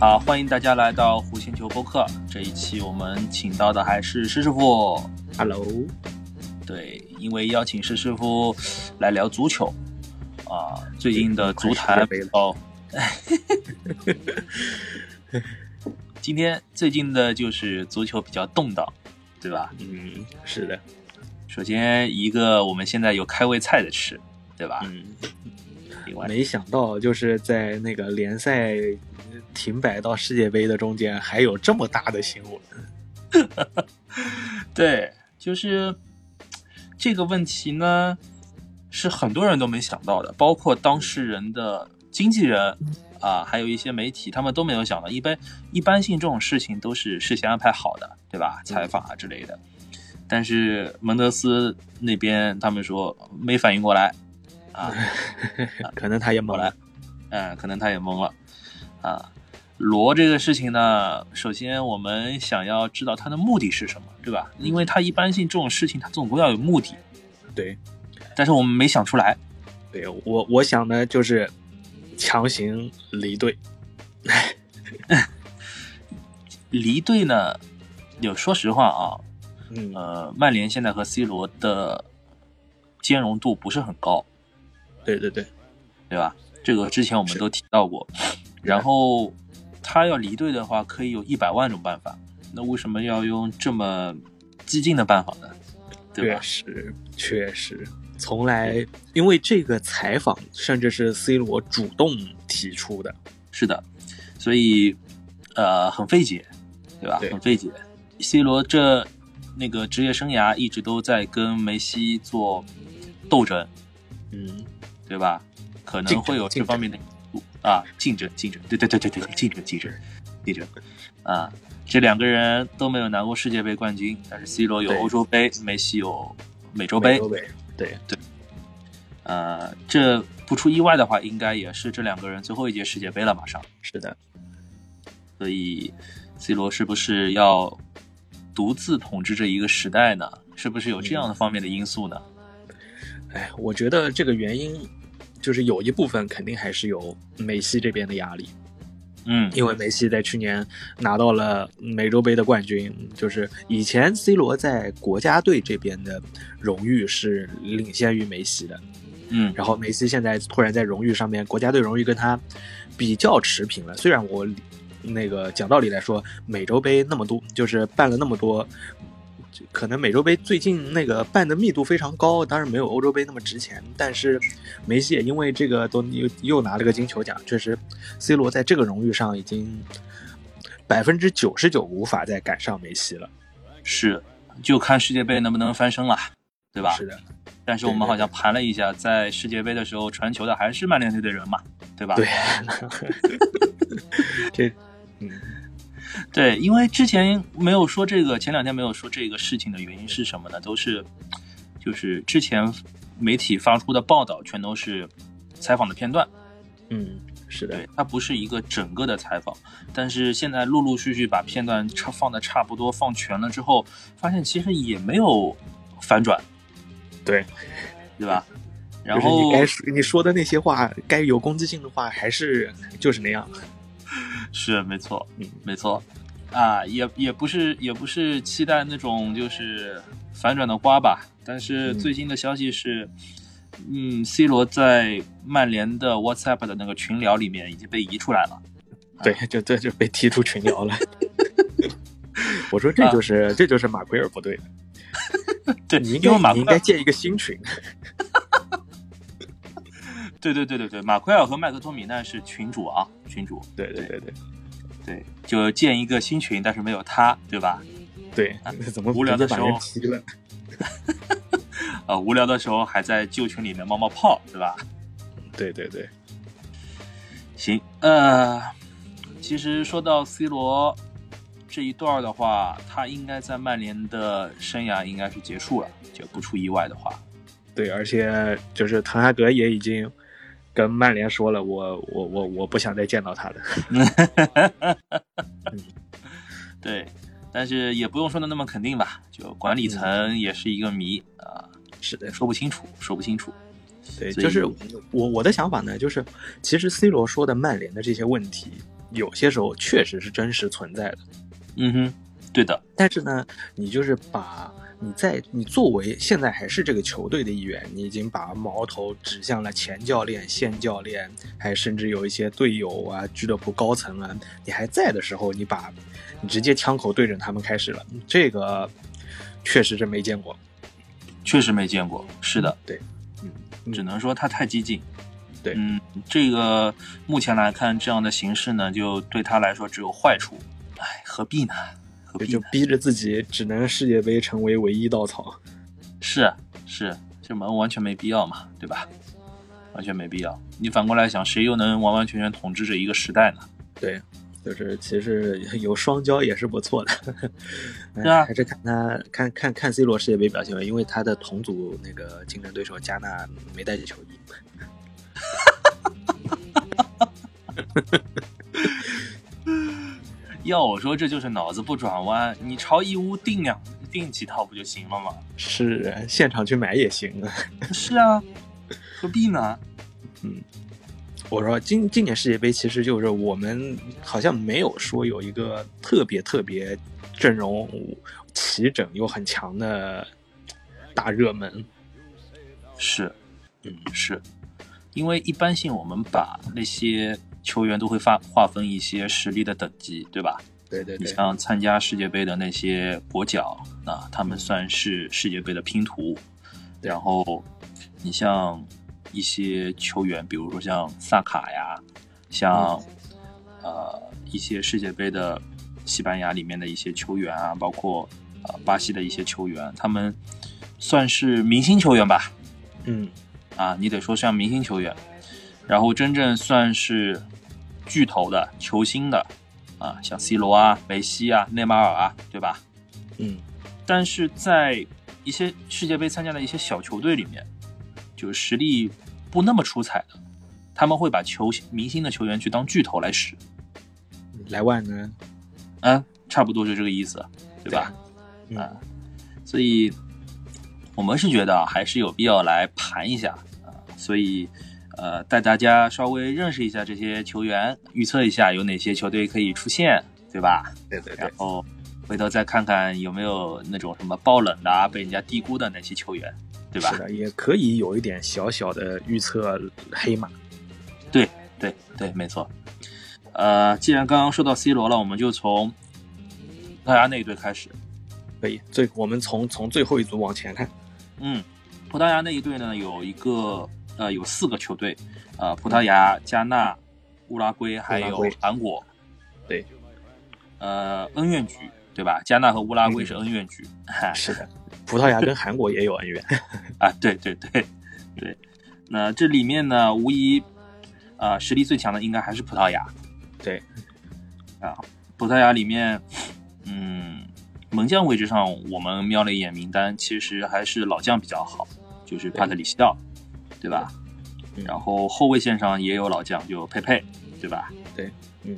好，啊欢迎大家来到弧星球播客。这一期我们请到的还是施师傅。 Hello，对，因为邀请施师傅来聊足球啊，最近的足坛快世界杯了哦， 今天最近的就是足球比较动荡，对吧？嗯，是的，首先一个我们现在有开胃菜的吃，对吧？嗯，另外没想到就是在那个联赛停摆到世界杯的中间，还有这么大的新闻。对，就是这个问题呢，是很多人都没想到的，包括当事人的经纪人啊，还有一些媒体，他们都没有想到。一般一般性这种事情都是事先安排好的，对吧？采访啊之类的。但是蒙德斯那边他们说没反应过来啊， 可能他也懵过来了，，嗯，可能他也懵了啊。罗这个事情呢，首先我们想要知道他的目的是什么，对吧？因为他一般性这种事情，他总归要有目的，对但是我们没想出来。对，我我想呢就是强行离队，离队呢，有说实话啊，嗯，呃，曼联现在和 C 罗的兼容度不是很高，对对对，对吧？这个之前我们是都提到过。然后他要离队的话，可以有一百万种办法，那为什么要用这么激进的办法呢？对吧确？实，确实，从来因为这个采访，甚至是 C 罗主动提出的，是的，所以呃很费解，对吧？对很费解。C 罗这那个职业生涯一直都在跟梅西做斗争，嗯，对吧？可能竞争会有这竞方争面的因素啊竞争，竞争，对对对对对，竞争，竞争，竞争啊！这两个人都没有拿过世界杯冠军，但是 C 罗有对欧洲杯，梅西有美洲美杯洲。杯，对，呃，这不出意外的话，应该也是这两个人最后一届世界杯了，马上。是的，所以 C 罗是不是要独自统治这一个时代呢？是不是有这样的方面的因素呢？哎，我觉得这个原因就是有一部分肯定还是有梅西这边的压力，嗯，因为梅西在去年拿到了美洲杯的冠军，就是以前 C 罗在国家队这边的荣誉是领先于梅西的，嗯然后梅西现在突然在荣誉上面，国家队荣誉跟他比较持平了。虽然我那个讲道理来说，美洲杯那么多，就是办了那么多，可能美洲杯最近那个办的密度非常高，当然没有欧洲杯那么值钱。但是梅西也因为这个都又又拿了个金球奖，确实，C 罗在这个荣誉上已经百分之九十九无法再赶上梅西了，是，就看世界杯能不能翻身了，对吧？是的，但是我们对对好像盘了一下，在世界杯的时候传球的还是曼联队的人嘛，对吧？对， 这，嗯，对因为之前没有说这个，前两天没有说这个事情的原因是什么呢？都是就是之前媒体发出的报道全都是采访的片段，嗯，是的。对，它不是一个整个的采访，但是现在陆陆续续把片段差放的差不多放全了之后，发现其实也没有反转，对，对吧？然就是后你该说你说的那些话，该有攻击性的话，还是就是那啊样。是没错，嗯没错，啊，也也不是也不是期待那种就是反转的瓜吧，但是嗯最新的消息是，嗯，C 罗在曼联的 WhatsApp 的那个群聊里面已经被移出来了。对，就这就被踢出群聊了。 我说啊这就是、这就是马奎尔不对，对，你应因该为马你奎应该尔，建一个新 群。对对对对对，马奎尔和麦克托米奈是群主啊，群主，对对对对对，就建一个新群，但是没有他，对吧？对，怎么啊无聊的直接时把候人踢了？呃，无聊的时候还在旧群里面冒冒泡，对吧？对对对，行，呃，其实说到 C 罗这一段儿的话，他应该在曼联的生涯应该是结束了，就不出意外的话，对，而且就是滕哈格也已经跟曼联说了，我我我我不想再见到他了。对，但是也不用说的那么肯定吧，就管理层也是一个谜啊、是的，说不清楚，说不清楚，对，所以就是我我的想法呢，就是其实 C 罗说的曼联的这些问题，有些时候确实是真实存在的。嗯哼，对的，但是呢，你就是把你在你作为现在还是这个球队的一员，你已经把矛头指向了前教练、现教练，还甚至有一些队友啊、俱乐部高层啊，你还在的时候，你把你直接枪口对准他们开始了，这个确实真没见过。确实没见过。是的，对，嗯只能说他太激进。对嗯，这个目前来看，这样的形式呢，就对他来说只有坏处。哎，何必呢？何就必就呢？逼着自己只能世界杯成为唯一稻草。是啊是，这完完全没必要嘛，对吧？完全没必要。你反过来想，谁又能完完全全统治着一个时代呢？对，就是其实有双骄也是不错的。哎是啊还是看他看看看 C 罗世界杯表现吧，因为他的同组那个竞争对手加纳没带球衣。要我说，这就是脑子不转弯。你朝义乌订两订几套不就行了吗？ 是现场去买也行啊。是啊，何必呢？我说今今年世界杯其实就是我们好像没有说有一个特别特别阵容齐整又很强的大热门。是，嗯是，因为一般性我们把那些球员都会划划分一些实力的等级，对吧？对对你像参加世界杯的那些国脚啊，他们算是世界杯的拼图。嗯对然后你像一些球员，比如说像萨卡呀，像、嗯呃一些世界杯的西班牙里面的一些球员啊，包括呃巴西的一些球员，他们算是明星球员吧。嗯，啊，你得说像明星球员，然后真正算是巨头的球星的啊，像 C 罗啊、梅西啊、内马尔啊，对吧？嗯，但是在一些世界杯参加的一些小球队里面，就是实力不那么出彩的，他们会把球星明星的球员去当巨头来使，莱万呢？嗯，差不多就这个意思，对吧？对啊，所以我们是觉得啊还是有必要来盘一下啊，所以呃，带大家稍微认识一下这些球员，预测一下有哪些球队可以出现，对吧？对对然，后回头再看看有没有那种什么爆冷的、啊、被人家低估的那些球员，对吧是？的，也可以有一点小小的预测黑马。对对，没错。呃，既然刚刚说到 C 罗了，我们就从葡萄牙那一队开始。可以，最我们从从最后一组往前看。嗯，葡萄牙那一队呢，有一个呃，有四个球队，呃，葡萄牙、加纳、乌拉圭还乌拉有圭韩国。对，呃，恩怨局对吧？加纳和乌拉圭是恩怨局。哈是的，葡萄牙跟韩国也有恩怨。 啊，对对对对。那这里面呢，无疑，呃，实力最强的应该还是葡萄牙。对，啊，葡萄牙里面，嗯，门将位置上我们瞄了一眼名单，其实还是老将比较好，就是帕特里西奥，对吧？嗯然后后卫线上也有老将，就佩佩，对吧？嗯，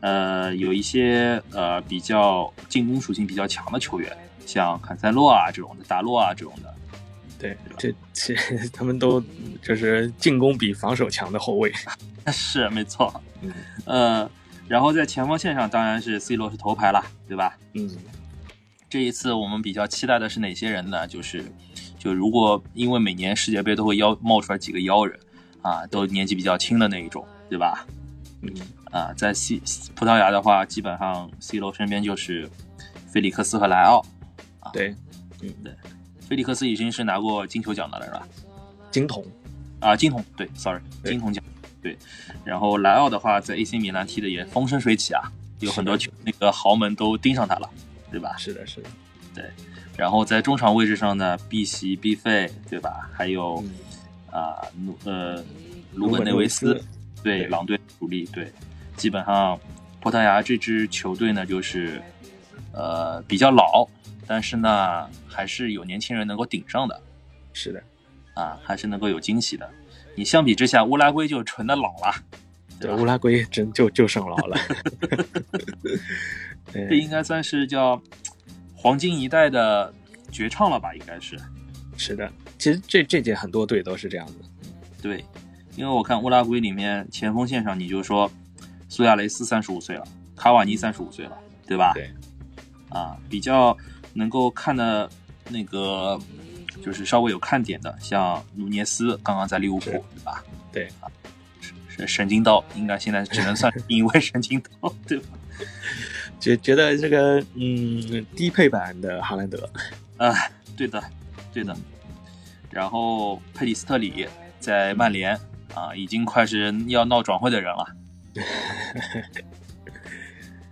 呃，有一些呃比较进攻属性比较强的球员，像坎塞洛啊这种的，达洛啊这种的， 对，这 其实他们都就是进攻比防守强的后卫。是没错。嗯呃，然后在前锋线上，当然是 C 罗是头牌啦，对吧？嗯，这一次我们比较期待的是哪些人呢？就是，就如果因为每年世界杯都会邀冒出来几个妖人，啊，都年纪比较轻的那一种，对吧？嗯，啊，在西葡萄牙的话，基本上 C 罗身边就是菲利克斯和莱奥，对，嗯菲利克斯已经是拿过金球奖的人了，金童。啊，金童，对，sorry，对金童奖，对。然后莱奥的话，在 AC 米兰踢的也风生水起啊，有很多是球那个豪门都盯上他了，对吧？是的，是的。然后在中场位置上呢，碧玺、毕费，对吧？还有嗯啊，努呃，卢卢本本内内维维斯斯，对对狼队主力，对，基本上葡萄牙这支球队呢，就是呃比较老，但是呢还是有年轻人能够顶上的是的，啊，还是能够有惊喜的。你相比之下，乌拉圭就纯的老了，对对，吧乌拉圭真就就剩老了。 这对，应该算是叫黄金一代的绝唱了吧？应该是是的，其实这这届很多队都是这样子。对，因为我看乌拉圭里面前锋线上，你就说苏亚雷斯三十五岁了，卡瓦尼三十五岁了，对吧？对，啊，比较能够看的那个就是稍微有看点的，像努涅斯刚刚在利物浦，是对吧？对啊，神神经刀应该现在只能算 是因为神经刀，对吧？觉觉得这个嗯低配版的哈兰德，啊，对的，对的。然后佩里斯特里在曼联啊，已经快是要闹转会的人了。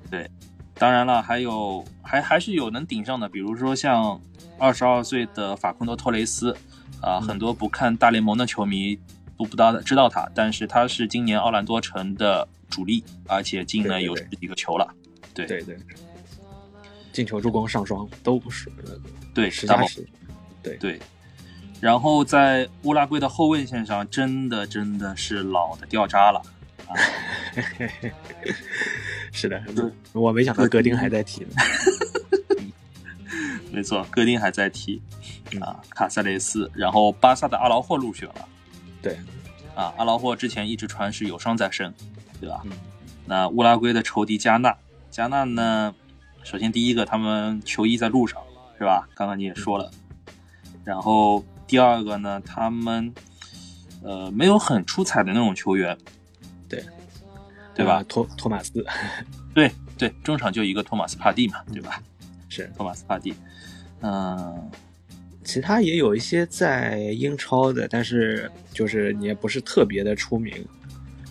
对，当然了，还有还还是有能顶上的，比如说像二十二岁的法昆多·托雷斯啊，很多不看大联盟的球迷都不知道知道他，但是他是今年奥兰多城的主力，而且进了对对有对十几个球了。对对，进球、助攻、上双都是对，十大加宝十，对，然后在乌拉圭的后卫线上，真的真的是老的掉渣了。是的对，嗯我没想到戈丁还在踢呢， 没错，戈丁还在踢嗯啊，卡塞雷斯，然后巴萨的阿劳霍入选了对，啊，阿劳霍之前一直传是有伤在身，对吧？嗯，那乌拉圭的仇敌加纳，加纳呢，首先第一个他们球衣在路上，是吧？刚刚你也说了，嗯然后第二个呢，他们呃没有很出彩的那种球员，对，对吧啊？托托马斯对对，中场就一个托马斯帕蒂嘛，对吧？是，托马斯帕蒂，嗯，其他也有一些在英超的，但是就是你也不是特别的出名，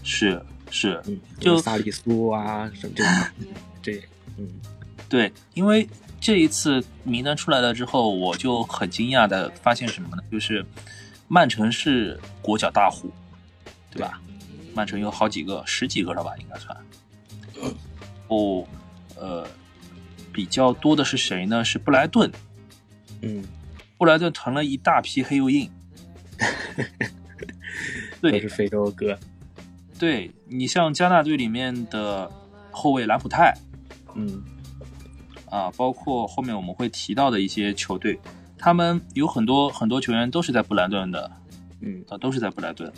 是是，嗯，就萨利苏啊什么这种， 这嗯对，因为这一次名单出来了之后，我就很惊讶的发现什么呢？就是曼城是国脚大户，对吧？曼城有好几个，十几个了吧，应该算。哦，呃，比较多的是谁呢？是布莱顿，嗯，布莱顿囤了一大批黑右印。都对是，非洲哥，对你像加纳队里面的后卫兰普泰嗯啊，包括后面我们会提到的一些球队，他们有很多很多球员都是在布莱顿的嗯啊，都是在布莱顿。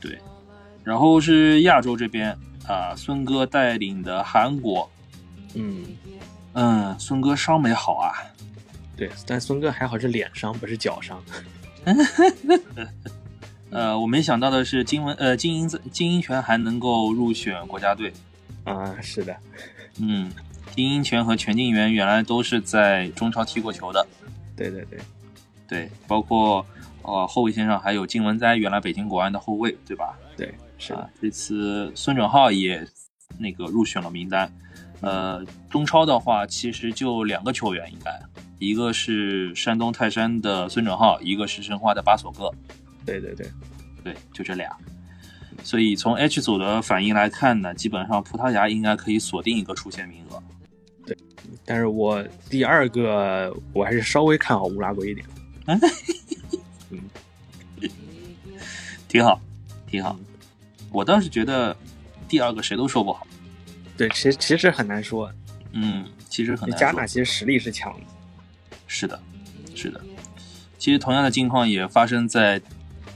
对，然后是亚洲这边啊，孙哥带领的韩国，嗯，嗯，孙哥伤没好啊，对，但孙哥还好是脸伤不是脚伤，呃，我没想到的是金文呃金英子金英权还能够入选国家队，啊，是的，嗯，金英权和全敬元原来都是在中超踢过球的。对对对，对，包括呃后卫线上还有金文哉，原来北京国安的后卫，对吧？对是的啊，这次孙准浩也那个入选了名单。呃，中超的话，其实就两个球员，应该一个是山东泰山的孙准浩，一个是申花的巴索戈，对对对，对，就这俩。所以从 H 组的反应来看呢，基本上葡萄牙应该可以锁定一个出线名额。但是我第二个我还是稍微看好乌拉圭一点，挺好，挺好。我倒是觉得第二个谁都说不好。对，其实其实很难说，嗯，其实很难说。加纳其实实力是强的，是的，是的。其实同样的境况也发生在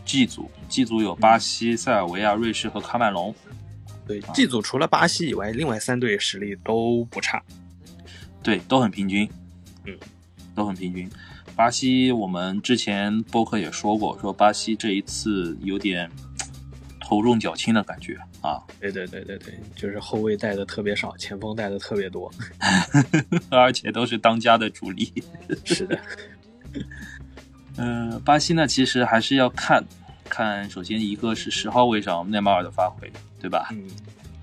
G 组，G 组有巴西、塞尔维亚、瑞士和喀麦隆。对，G 啊组除了巴西以外，另外三队实力都不差，对，都很平均，嗯，都很平均。巴西，我们之前播客也说过，说巴西这一次有点头重脚轻的感觉啊， 对对对对对，就是后卫带的特别少，前锋带的特 别多，而且都是当家的主力。是的，嗯、巴西呢，其实还是要看看，首先一个是十号位上内马尔的发挥，对吧？嗯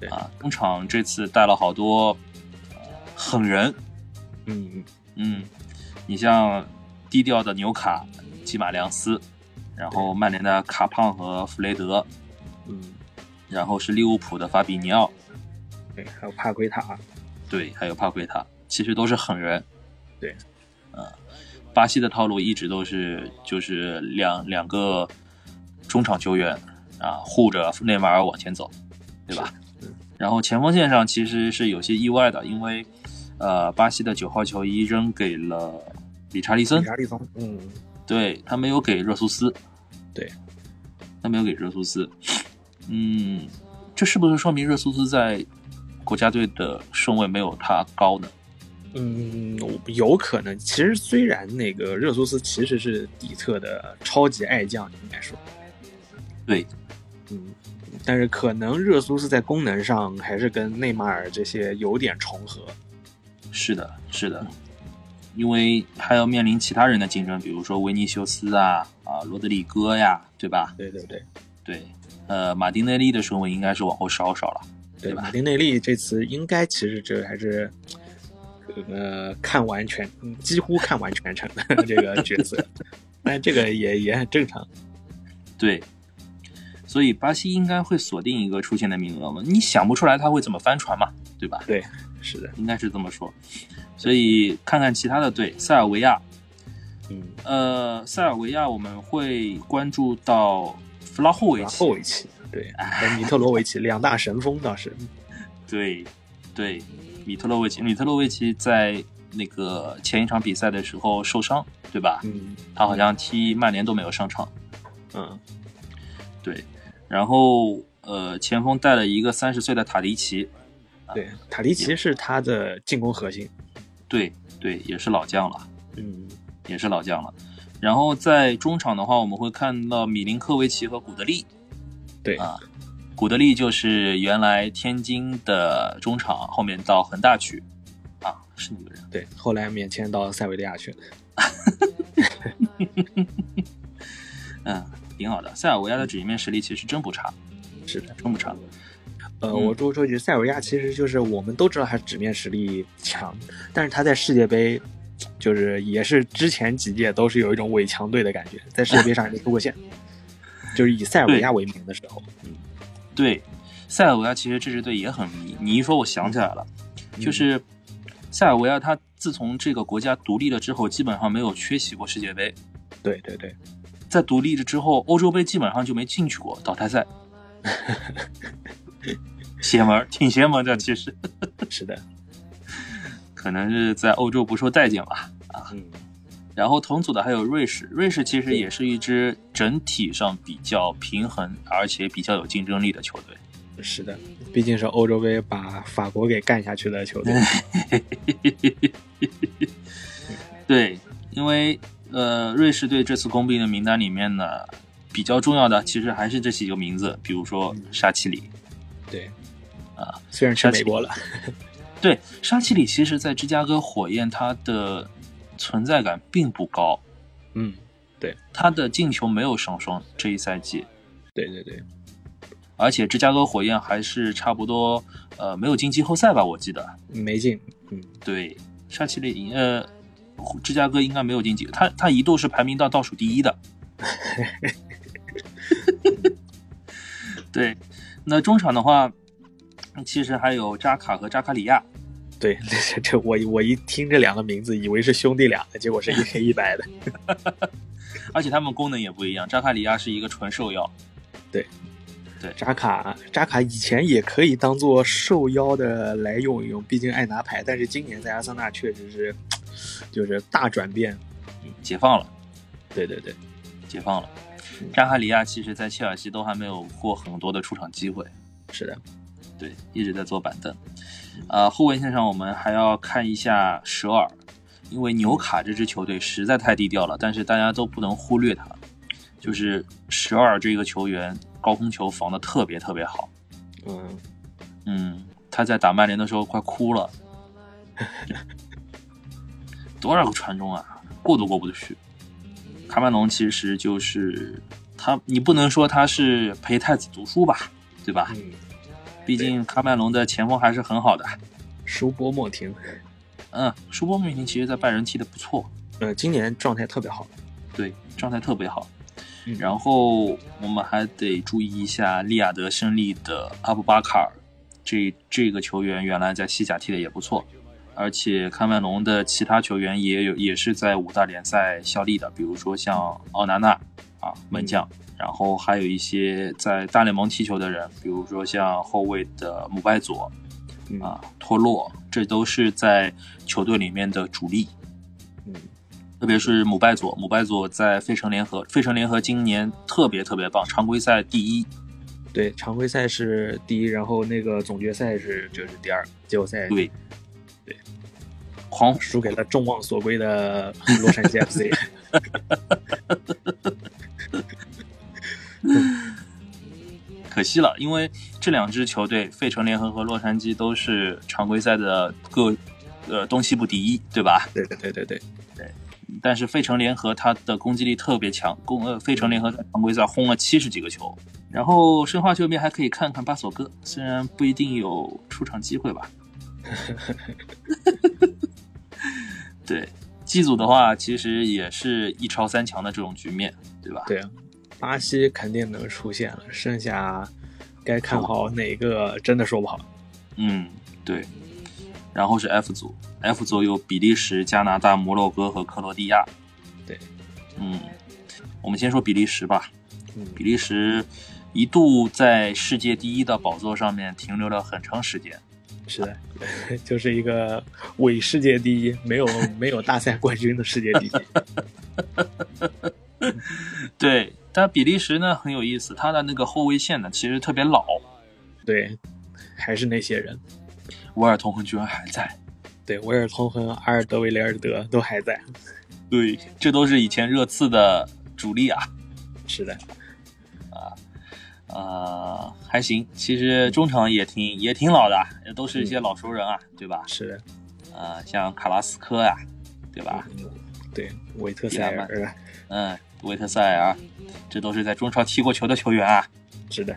对啊，中场这次带了好多呃狠人，嗯嗯。嗯，你像低调的纽卡、基马良斯，然后曼联的卡胖和弗雷德，嗯，然后是利物浦的法比尼奥，对，还有帕奎塔，对，还有帕奎塔，其实都是狠人。对，呃，巴西的套路一直都是就是两两个中场球员啊护着内马尔往前走，对吧是嗯？然后前锋线上其实是有些意外的，因为呃巴西的九号球衣扔给了理查利森理，查利松，嗯，对他没有给热苏斯，对，他没有给热苏斯。嗯，这是不是说明热苏斯在国家队的顺位没有他高呢？嗯，有可能。其实虽然那个热苏斯其实是底特的超级爱将，应该说，对，嗯，但是可能热苏斯在功能上还是跟内马尔这些有点重合。是的，是的，因为还要面临其他人的竞争，比如说维尼修斯啊，啊，罗德里戈呀，对吧？对对对对，呃，马丁内利的顺位应该是往后稍稍了，对，吧马？丁内利这次应该其实这还是。呃，看完全嗯几乎看完全程的 这个角色，但这个也也很正常。对，所以巴西应该会锁定一个出线的名额嘛？你想不出来他会怎么翻船嘛，对吧？是的，应该是这么说。所以看看其他的队，塞尔维亚，嗯，呃，塞尔维亚我们会关注到弗拉霍维然奇，后一起对和尼特罗维奇两大神锋倒是，对对，米特洛维奇，米特洛维奇在那个前一场比赛的时候受伤，对吧？嗯他好像踢曼联都没有上场，嗯对。然后呃，前锋带了一个三十岁的塔迪奇，对，塔利奇是他的进攻核心，对对，也是老将了。嗯也是老将了。然后在中场的话，我们会看到米林科维奇和古德利。对啊，古德利就是原来天津的中场，后面到恒大去，啊，是那个人。对，后来免签到塞维利亚去了，嗯，挺好的。塞尔维亚的纸面实力其实真不差，是的，真不差。呃，嗯我多说一句，塞尔维亚其实就是我们都知道他纸面实力强，但是他在世界杯。就是也是之前几届都是有一种伪强队的感觉，在世界杯上也没出过线，就是以塞尔维亚为名的时候，对，塞尔维亚其实这支队也很迷。你一说，我想起来了，就是塞尔维亚，他自从这个国家独立了之后，基本上没有缺席过世界杯。对对对，在独立了之后，欧洲杯基本上就没进去过淘汰赛。 邪门儿，挺邪门的，其实是的，可能是在欧洲不受待见吧。嗯，然后同组的还有瑞士，瑞士其实也是一支整体上比较平衡，而且比较有竞争力的球队。是的，毕竟是欧洲杯把法国给干下去的球队，对，因为呃，瑞士队这次公布的名单里面呢，比较重要的其实还是这几个名字，比如说沙奇里，对，啊，虽然去美国了，对，沙奇里其实在芝加哥火焰它的存在感并不高，嗯，他的进球没有上升这一赛季，对对对，而且芝加哥火焰还是差不多呃没有进季后赛吧，我记得。没进，嗯，对，沙奇里呃，芝加哥应该没有晋级，他他一度是排名到倒数第一的。对，那中场的话，其实还有扎卡和扎卡里亚，对， 这这我我一听这两个名字，以为是兄弟俩的，结果是一黑一 白的，而且他们功能也不一样。扎卡里亚是一个纯兽药，扎卡扎卡以前也可以当做受邀的来用一用，毕竟爱拿牌，但是今年在阿森纳确实是，就是大转变，解放了，对对对，解放了。扎卡里亚其实在切尔西都还没有过很多的出场机会。是的，对，一直在坐板凳。呃，后卫线上我们还要看一下舍尔，因为纽卡这支球队实在太低调了，但是大家都不能忽略他，就是舍尔这个球员高空球防的特别特别好。嗯，嗯，他在打曼联的时候快哭了，多少个传中啊，过都过不去。卡麦隆其实就是他，你不能说他是陪太子读书吧，对吧？嗯，毕竟喀麦隆的前锋还是很好的。舒波莫廷，嗯，舒波莫廷其实在拜仁踢得不错，呃，今年状态特别好，对，状态特别好。嗯然后我们还得注意一下利雅得胜利的阿布巴卡尔，这这个球员原来在西甲踢得也不错，而且喀麦隆的其他球员也有也是在五大联赛效力的，比如说像奥纳纳啊门将，然后还有一些在大联盟踢球的人，比如说像后卫的姆拜佐，嗯啊，托洛，这都是在球队里面的主力。嗯，特别是姆拜佐，姆拜佐在费城联合，费城联合今年特别特别棒，常规赛第一，对，常规赛是第一，然后那个总决赛是就是第二，季后赛对，狂输给了众望所归的洛杉矶 FC。可惜了，因为这两支球队，费城联合和洛杉矶都是常规赛的各呃东西部第一，对吧？ 对对对对对，但是费城联合它的攻击力特别强，攻呃费城联合在常规赛轰了七十几个球。然后申花这边还可以看看巴索戈，虽然不一定有出场机会吧。对，季组的话其实也是一超三强的这种局面，对吧？对啊，巴西肯定能出现了，剩下该看好哪个真的说不好。嗯，对。然后是 F 组，F 组有比利时、加拿大、摩洛哥和克罗地亚。对，嗯，我们先说比利时吧。嗯，比利时一度在世界第一的宝座上面停留了很长时间。是的， 就是一个伪世界第一，没 有没有大赛冠军的世界第一。对，但比利时呢很有意思，他的那个后卫线呢其实特别老，对，还是那些人，维尔通亨居然还在。对，维尔通和阿尔德维雷尔德都还在。对，这都是以前热刺的主力啊。是的，呃，还行，其实中场也挺也挺老的，也都是一些老熟人啊，对吧？是的，呃，像卡拉斯科啊，对吧？嗯对，维特塞伊拉尔，嗯，维特塞尔，这都是在中超踢过球的球员啊。是的，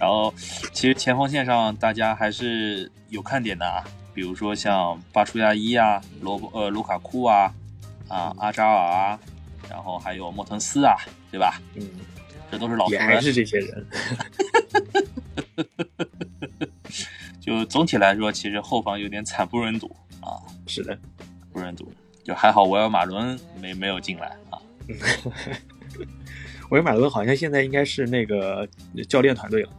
然后，其实前锋线上大家还是有看点的啊，比如说像巴楚亚伊啊、罗伯呃卢卡库啊、啊阿扎尔啊，然后还有莫腾斯啊，对吧？嗯，这都是老熟也还人。是这些人。就总体来说，其实后防有点惨不忍睹啊，是的，不忍睹。就还好维尔马伦没没有进来啊。维马伦好像现在应该是那个教练团队了。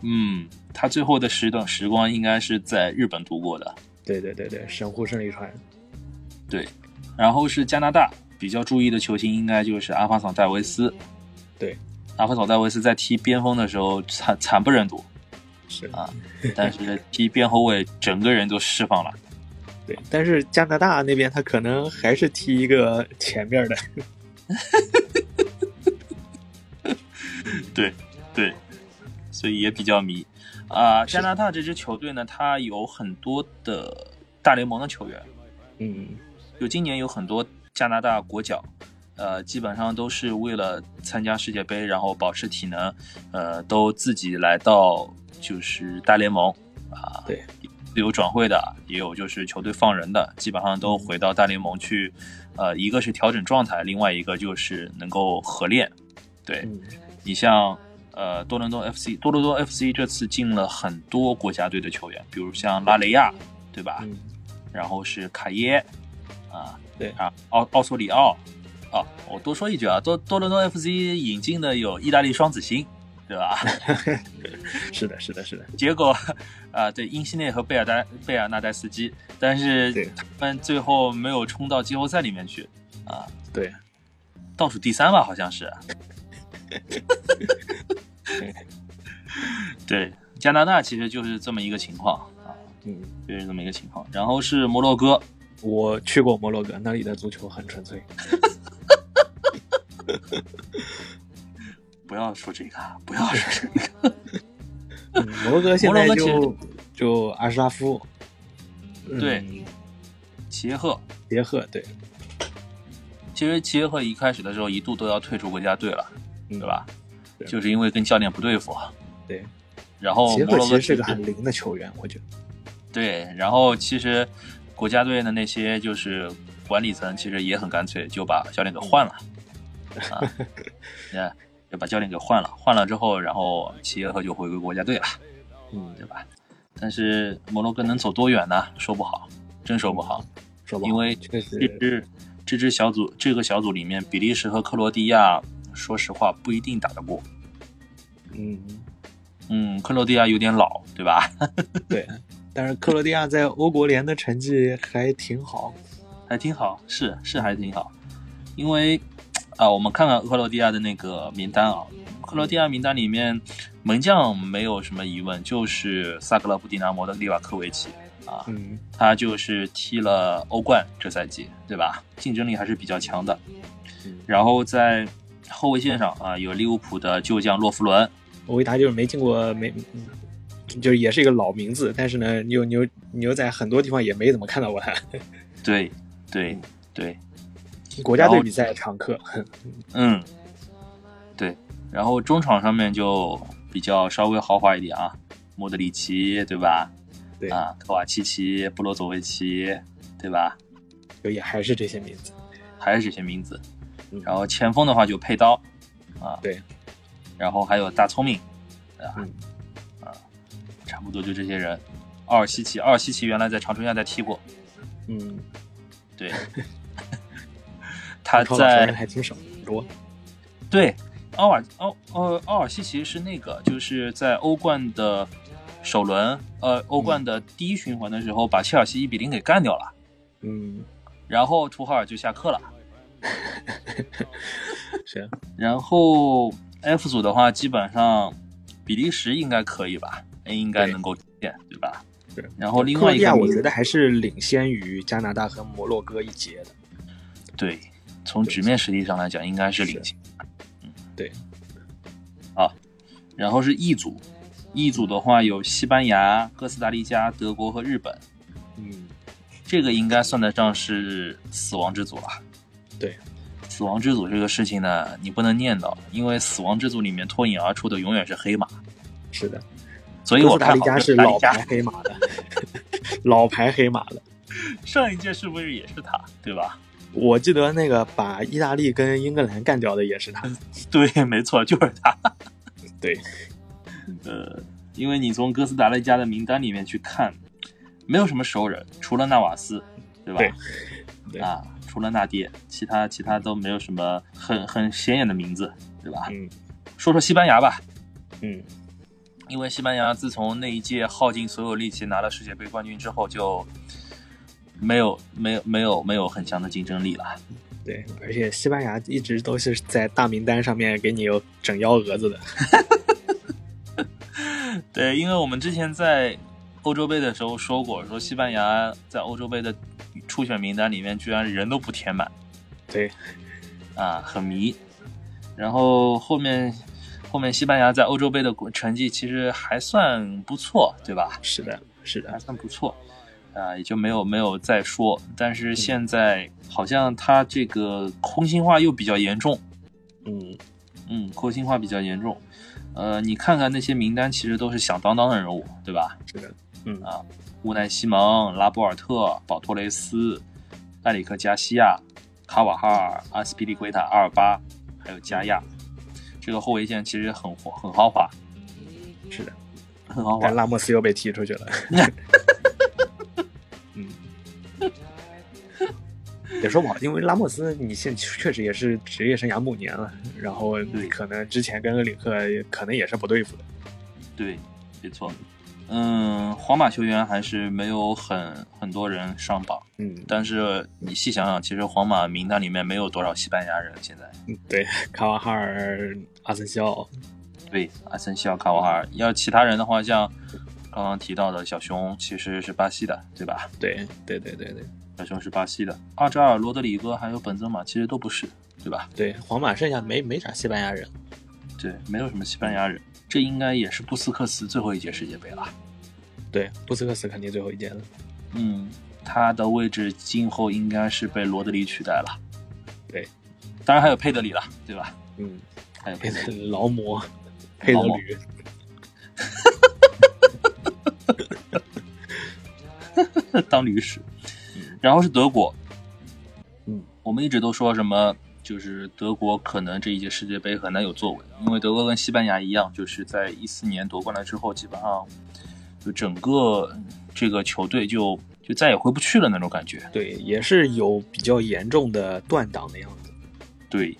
嗯，他最后的时段时光应该是在日本度过的。对对对对，神户胜利船。对，然后是加拿大比较注意的球星，应该就是阿法索戴维斯。对，阿法索戴维斯在踢边锋的时候惨惨不忍睹，是啊但是踢边后卫整个人都释放了。对，但是加拿大那边他可能还是踢一个前面的，对对，所以也比较迷啊、加拿大这支球队呢，它有很多的大联盟的球员，嗯，就今年有很多加拿大国脚，呃，基本上都是为了参加世界杯，然后保持体能，呃，都自己来到就是大联盟啊，对，有转会的，也有就是球队放人的，基本上都回到大联盟去，呃，一个是调整状态，另外一个就是能够合练。对嗯你像呃多伦多 FC，多伦多 FC 这次进了很多国家队的球员，比如像拉雷亚，对吧？嗯，然后是卡耶，啊，对啊，奥奥索里奥，啊，我多说一句啊，多多伦多 FC 引进的有意大利双子星，对吧？ 嗯是的，是的，是的，结果，啊，对，因西内和贝尔戴贝尔纳代斯基，但是对他们最后没有冲到季后赛里面去，啊，对，倒数第三吧，好像是。 对，加拿大其实就是这么一个情况啊，嗯，就是这么一个情况。然后是摩洛哥，我去过摩洛哥，那里的足球很纯粹。不要说这个，啊不要说这个。 嗯摩洛哥现摩在洛就就阿什拉夫，嗯对，齐耶赫，杰赫，对，其实齐耶赫一开始的时候一度都要退出国家队了，嗯对？吧？对就是因为跟教练不对付。对。然后杰哦摩赫洛其哥实是个很灵的球员，我觉得，对，然后其实国家队的那些就是管理层其实也很干脆，就把教练给换 了啊，那就把教练给换了，换了之后，然后齐耶赫就回归国家队了，嗯，对吧？但是摩洛哥能走多远呢？说不好，真说不好。嗯说不好，因为确这实，支这支小组这个小组里面，比利时和克罗地亚，说实话不一定打得过。嗯，嗯，克罗地亚有点老，对吧？ 对。但是克罗地亚在欧国联的成绩还挺好，还挺好，是是还挺好，因为啊、我们看看克罗地亚的那个名单啊，克罗地亚名单里面门将没有什么疑问，就是萨格勒布迪纳摩的利瓦科维奇啊，嗯，他就是踢了欧冠这赛季，对吧？竞争力还是比较强的嗯。然后在后卫线上啊，有利物浦的旧将洛夫伦，我维达就是没进过没，嗯就是也是一个老名字，但是呢，你又你又你又在很多地方也没怎么看到过他。 对对对，国家然队后比赛常客， 嗯，对。然后中场上面就比较稍微豪华一点啊，莫德里奇对吧？对啊，科瓦契奇、布罗佐维奇对吧？就也还是这些名字。还是这些名字嗯。然后前锋的话就佩刀啊，对，然后还有大聪明，对吧？嗯啊，差不多就这些人。奥尔西奇，奥尔西奇原来在长春亚泰踢过，嗯， 对，他超老熟人在还挺少，很多。对奥尔奥呃奥尔西奇是那个就是在欧冠的首轮呃欧冠的第一循环的时候把切尔西一比零给干掉了，嗯，然后图赫尔就下课了。是，然后 F 组的话，基本上比利时应该可以吧？应该能够出现，对吧是？然后另克罗外地一亚个，我觉得还是领先于加拿大和摩洛哥一截的。对，从局面实力上来讲，应该是领先。嗯，对。啊，然后是 E 组，E 组的话有西班牙、哥斯达黎加、德国和日本，嗯，这个应该算得上是死亡之组了。对，死亡之组这个事情呢，你不能念叨，因为死亡之组里面脱颖而出的永远是黑马，是的，所以哥我斯达看黎好加是哥斯达黎老牌黑马的， 老牌黑马的。上一届是不是也是他，对吧？我记得那个把意大利跟英格兰干掉的也是他。对，没错，就是他。 对，呃，因为你从哥斯达黎加的名单里面去看，没有什么熟人，除了纳瓦斯，对吧？对对啊，除了纳爹，其他其他都没有什么很很显眼的名字，对吧？嗯说说西班牙吧，嗯，因为西班牙自从那一届耗尽所有力气拿了世界杯冠军之后，就没有没有没有没有很强的竞争力了。对，而且西班牙一直都是在大名单上面给你有整幺蛾子的。对，因为我们之前在欧洲杯的时候说过，说西班牙在欧洲杯的初选名单里面居然人都不填满对，啊，很迷。然后后面后面西班牙在欧洲杯的成绩其实还算不错，对吧？是的，是的还，算不错，啊，也就没有没有再说。但是现在好像他这个空心化又比较严重，嗯，嗯，空心化比较严重。呃，你看看那些名单，其实都是响当当的人物，对吧？是的，嗯乌奈西蒙、拉波尔特、保托雷斯、埃里克加西亚、卡瓦哈尔、阿斯皮利奎塔、阿尔巴，还有加亚。这个后卫线其实很很豪华，是的。很豪华但。拉莫斯又被踢出去了。 嗯，也说不好，因为拉莫斯你现确实也是职业生涯暮年了，然后对可能之前跟里克也可能也是不对付的。对，没错。嗯，皇马球员还是没有很很多人上榜，嗯，但是你细想想，其实皇马名单里面没有多少西班牙人。现在对，卡瓦哈尔、阿森西奥，对阿森西奥、卡瓦哈尔，要其他人的话，像刚刚提到的小熊，其实是巴西的，对吧？对对对对对小熊是巴西的，阿扎尔、罗德里戈还有本泽马其实都不是，对吧？对，皇马剩下没没啥西班牙人。对，没有什么西班牙人，这应该也是布斯克茨最后一届世界杯了。对，布斯克斯肯定最后一届了。嗯，他的位置今后应该是被罗德里取代了。对，当然还有佩德里了，对吧？嗯，还有佩佩德德里， 劳模，佩德劳模吕，当驴使嗯。然后是德国，嗯，我们一直都说什么，就是德国可能这一届世界杯很难有作为，因为德国跟西班牙一样，就是在一四年夺冠了之后，基本上就整个这个球队就就再也回不去了那种感觉。对，也是有比较严重的断档的样子。对，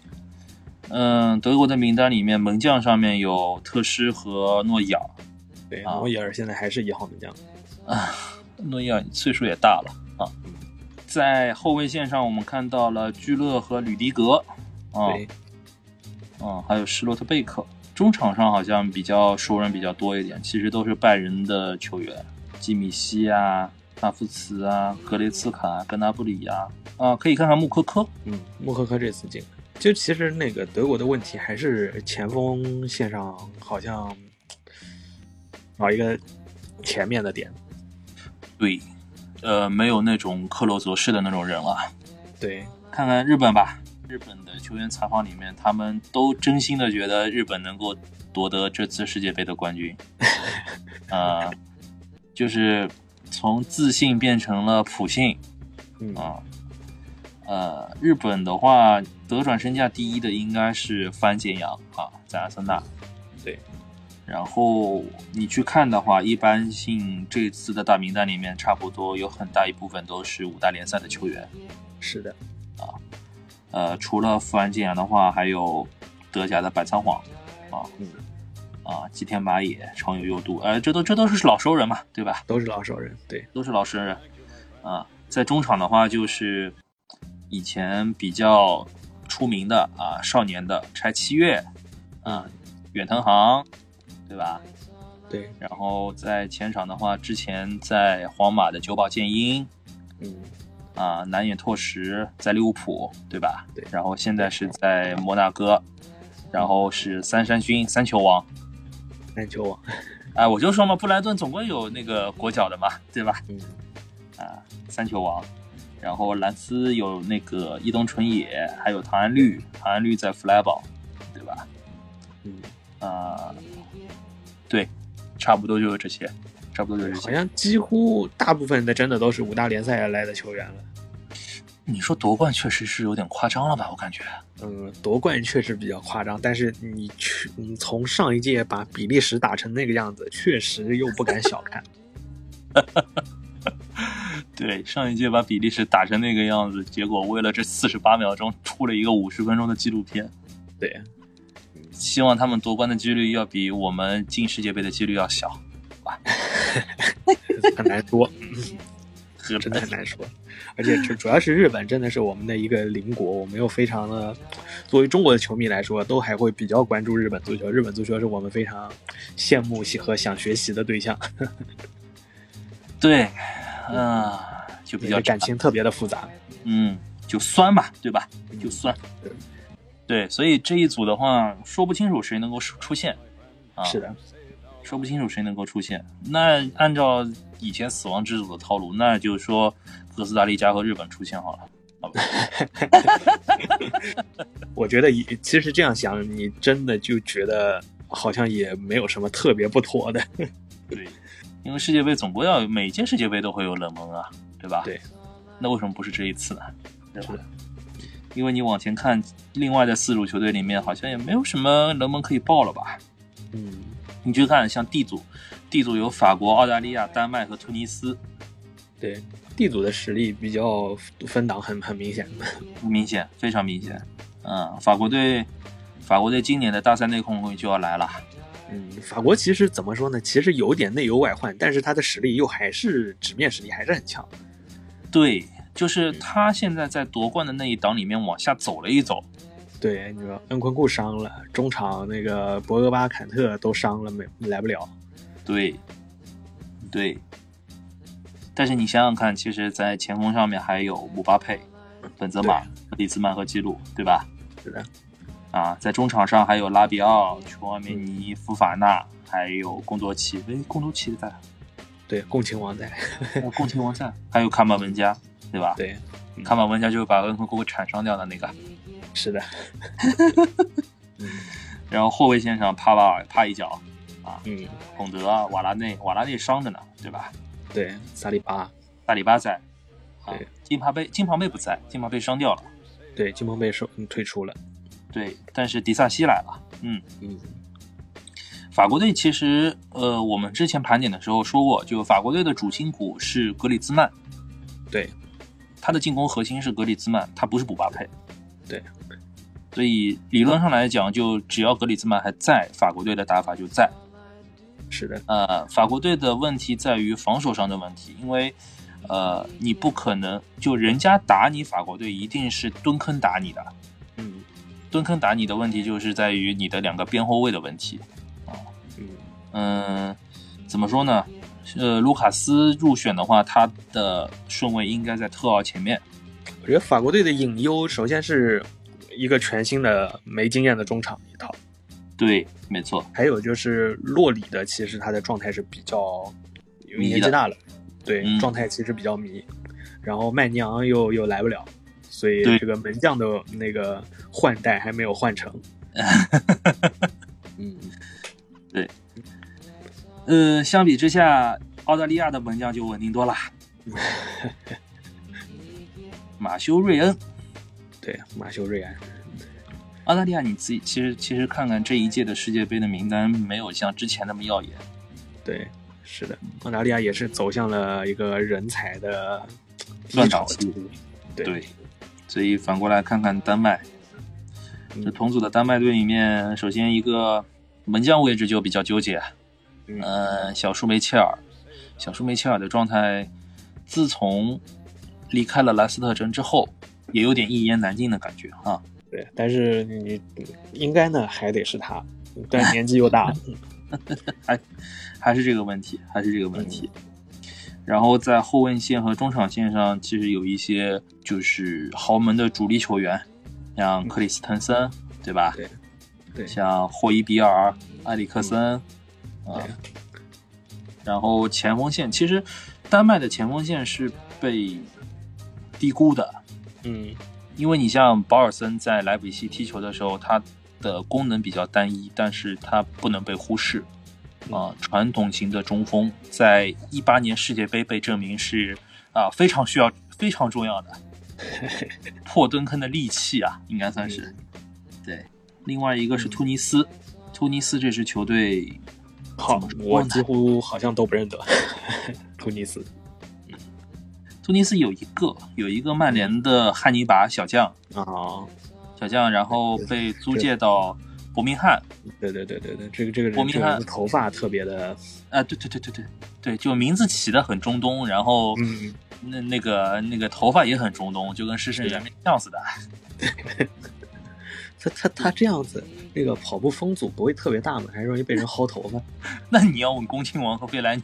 嗯，德国的名单里面，门将上面有特施和诺伊尔，对，啊诺伊尔现在还是一号门将。诺伊尔岁数也大了啊嗯。在后卫线上，我们看到了居勒和吕迪格，啊对，啊，还有施洛特贝克，中场上好像比较熟人比较多一点，其实都是拜仁的球员，基米希啊、纳夫茨啊、格雷茨卡、格纳布里啊，啊，可以看看穆科科，嗯，默克科这次进，就其实那个德国的问题还是前锋线上好像找一个前面的点，对，呃，没有那种克洛泽式的那种人了。对，看看日本吧，日本的球员采访里面，他们都真心的觉得日本能够夺得这次世界杯的冠军，呃，就是从自信变成了普信嗯，啊、呃，日本的话，德转身价第一的应该是番建阳啊，在阿森纳，对，然后你去看的话，一般性这次的大名单里面，差不多有很大一部分都是五大联赛的球员。是的，呃，除了富安健洋的话，还有德甲的板仓晃啊，嗯啊，吉田麻也、长友佑都，呃，这都这都是老熟人嘛，对吧？都是老熟人，对，都是老熟人啊。在中场的话，就是以前比较出名的啊，少年的柴七月，啊，远藤航，对吧？对，然后在前场的话，之前在皇马的久保建英，嗯，啊，南野拓实在利物浦，对吧？对然后现在是在摩纳哥，然后是三山勋三球王。篮球 网，哎，我就说嘛，布莱顿总归有那个国脚的嘛，对吧？嗯，啊，三球王。然后兰斯有那个伊东纯也，还有唐安绿，唐安绿在弗莱堡，对吧？嗯，啊，对，差不多就是这些，差不多就是这好些。像几乎大部分的真的都是五大联赛来的球员了。你说夺冠确实是有点夸张了吧？我感觉。嗯，夺冠确实比较夸张，但是你去，你从上一届把比利时打成那个样子，确实又不敢小看。对，上一届把比利时打成那个样子，结果为了这四十八秒钟出了一个五十分钟的纪录片。对，希望他们夺冠的几率要比我们进世界杯的几率要小，很难说，真真的很难说。而且主主要是日本真的是我们的一个邻国，我们又非常的，作为中国的球迷来说，都还会比较关注日本足球。日本足球是我们非常羡慕和想学习的对象，对，嗯、就比较感情特别的复杂。嗯，就酸吧，对吧？嗯就酸对。对，所以这一组的话，说不清楚谁能够出出现，啊，是，的，说不清楚谁能够出现。那按照以前死亡之组的套路，那就是说哥斯达黎加和日本出现好了。我觉得也其实这样想，你真的就觉得好像也没有什么特别不妥的。 对，因为世界杯总归要有每届世界杯都会有冷门啊，对吧？对。那为什么不是这一次呢？对吧是的因为你往前看，另外的四组球队里面好像也没有什么冷门可以报了吧？嗯，你去看像 D 组，D 组有法国、澳大利亚、丹麦和突尼斯，对，D 组的实力比较分档很很明显。 明显，非常明显。嗯，法国队，法国队今年的大赛内讧就要来了。嗯，法国其实怎么说呢？其实有点内忧外患，但是他的实力又还是纸面实力还是很强。对，就是他现在在夺冠的那一档里面往下走了一走，对，你说恩昆库伤了，中场那个博格巴、坎特都伤了，没来不了。对，对。但是你想想看，其实，在前锋上面还有姆巴佩、本泽马、里兹曼和基鲁，对吧？是的。啊，在中场上还有拉比奥、琼奥梅嗯尼、福法纳，还有贡多齐。哎，贡多齐在哪，对，共情王在。还有贡廷王在，还有卡马文加，对吧？对，卡马文加就是把恩昆库给铲伤掉的那个。是的。 然后后卫线上帕瓦尔帕一脚，嗯，孔德、啊瓦拉内，瓦拉内伤着呢，对吧？对，萨利巴，大里巴在，啊对，金帕贝金庞贝不在，金庞贝伤掉了。对，金彭贝受嗯退出了。对，但是迪萨西来了。嗯，嗯，法国队其实，呃，我们之前盘点的时候说过，就法国队的主心骨是格里兹曼，对，他的进攻核心是格里兹曼，他不是姆巴佩。对，所以理论上来讲，就只要格里兹曼还在，法国队的打法就在。是的，呃，法国队的问题在于防守上的问题，因为，呃，你不可能就人家打你，法国队一定是蹲坑打你的，嗯，蹲坑打你的问题就是在于你的两个边后卫的问题。嗯，嗯，怎么说呢？呃，卢卡斯入选的话，他的顺位应该在特奥前面。我觉得法国队的隐忧首先是一个全新的没经验的中场一套，对，没错，还有就是洛里的，其实他的状态是比较因为迷年纪的大了，对，嗯状态其实比较迷。然后麦尼昂又又来不了，所以对这个门将的那个换代还没有换成。嗯，呃，相比之下，澳大利亚的门将就稳定多了。马修瑞恩，对，马修瑞安，澳大利亚你自己其实其实看看这一届的世界杯的名单，没有像之前那么耀眼。对，是的，澳大利亚也是走向了一个人才的低乱潮档期期。对，对，所以反过来看看丹麦，嗯这同组的丹麦队里面，首先一个门将位置就比较纠结，嗯呃，小舒梅切尔，小舒梅切尔的状态，自从离开了莱斯特城之后，也有点一言难尽的感觉啊。对，但是你应该呢还得是他， 但年纪又大了。还是这个问题，还是这个问题。然后在后卫线和中场线上，其实有一些就是豪门的主力球员，像克里斯滕森，对吧？对对像霍伊比尔、埃里克森，啊、然后前锋线，其实丹麦的前锋线是被低估的，嗯因为你像保尔森在莱比锡踢球的时候，他的功能比较单一，但是他不能被忽视。啊、传统型的中锋，在一八年世界杯被证明是啊、非常需要、非常重要的破蹲坑的利器啊，应该算是。对，另外一个是突尼斯，突尼斯这支球队好怎么，说我呢几乎好像都不认得 突尼斯。突尼斯有一个有一个曼联的汉尼拔小将，啊，小将，然后被租借到伯明翰对对对对对，这个这个伯人明这个人翰的头发特别的，啊，对对对对对对，就名字起的很中东，然后嗯，那那个那个头发也很中东，就跟施圣元那样似的。 他他他这样子，那个跑步风阻不会特别大吗？还容易被人薅头发？那你要问恭亲王和费莱尼，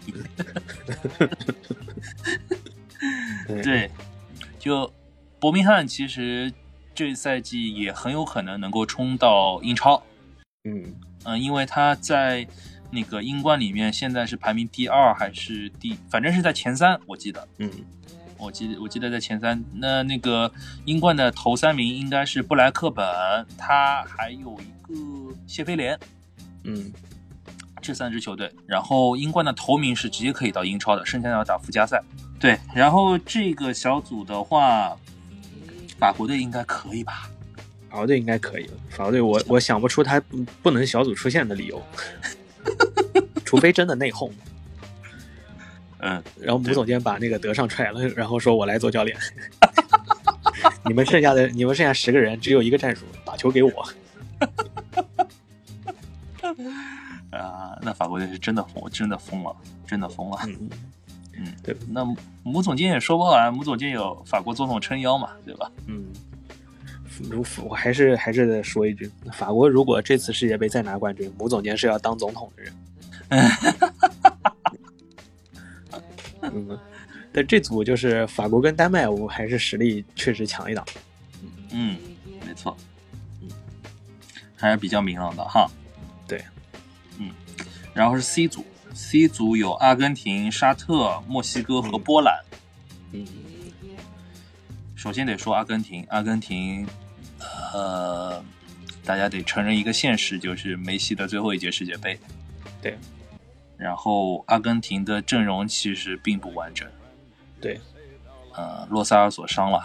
对对，就伯明翰其实这赛季也很有可能能够冲到英超，嗯，嗯、因为他在那个英冠里面现在是排名第二还是第，反正是在前三，我记得。嗯，我记得我记得在前三，那那个英冠的头三名应该是布莱克本，他还有一个谢菲联嗯，这三支球队。然后英冠的头名是直接可以到英超的，剩下的要打附加赛。对，然后这个小组的话，法国队应该可以吧？法国队应该可以了。法国队我我想不出他不不能小组出线的理由， 除非真的内讧。嗯，然后母总监把那个德尚踹了，然后说我来做教练。 你们剩下的你们剩下十个人，只有一个战术，打球给我。啊、那法国队是真的疯，真的疯了，真的疯了。嗯，嗯，对，那母总监也说不好啊，母总监有法国总统撑腰嘛，对吧？嗯，如我还是还是得说一句，法国如果这次世界杯再拿冠军，母总监是要当总统的人。嗯，但这组就是法国跟丹麦，我还是实力确实强一档。嗯，没错，嗯还是比较明朗的哈。对，嗯，然后是 C 组，C 组有阿根廷、沙特、墨西哥和波兰。嗯首先得说阿根廷，阿根廷，呃，大家得承认一个现实，就是梅西的最后一届世界杯。对。然后阿根廷的阵容其实并不完整，对，呃，洛塞尔索伤了，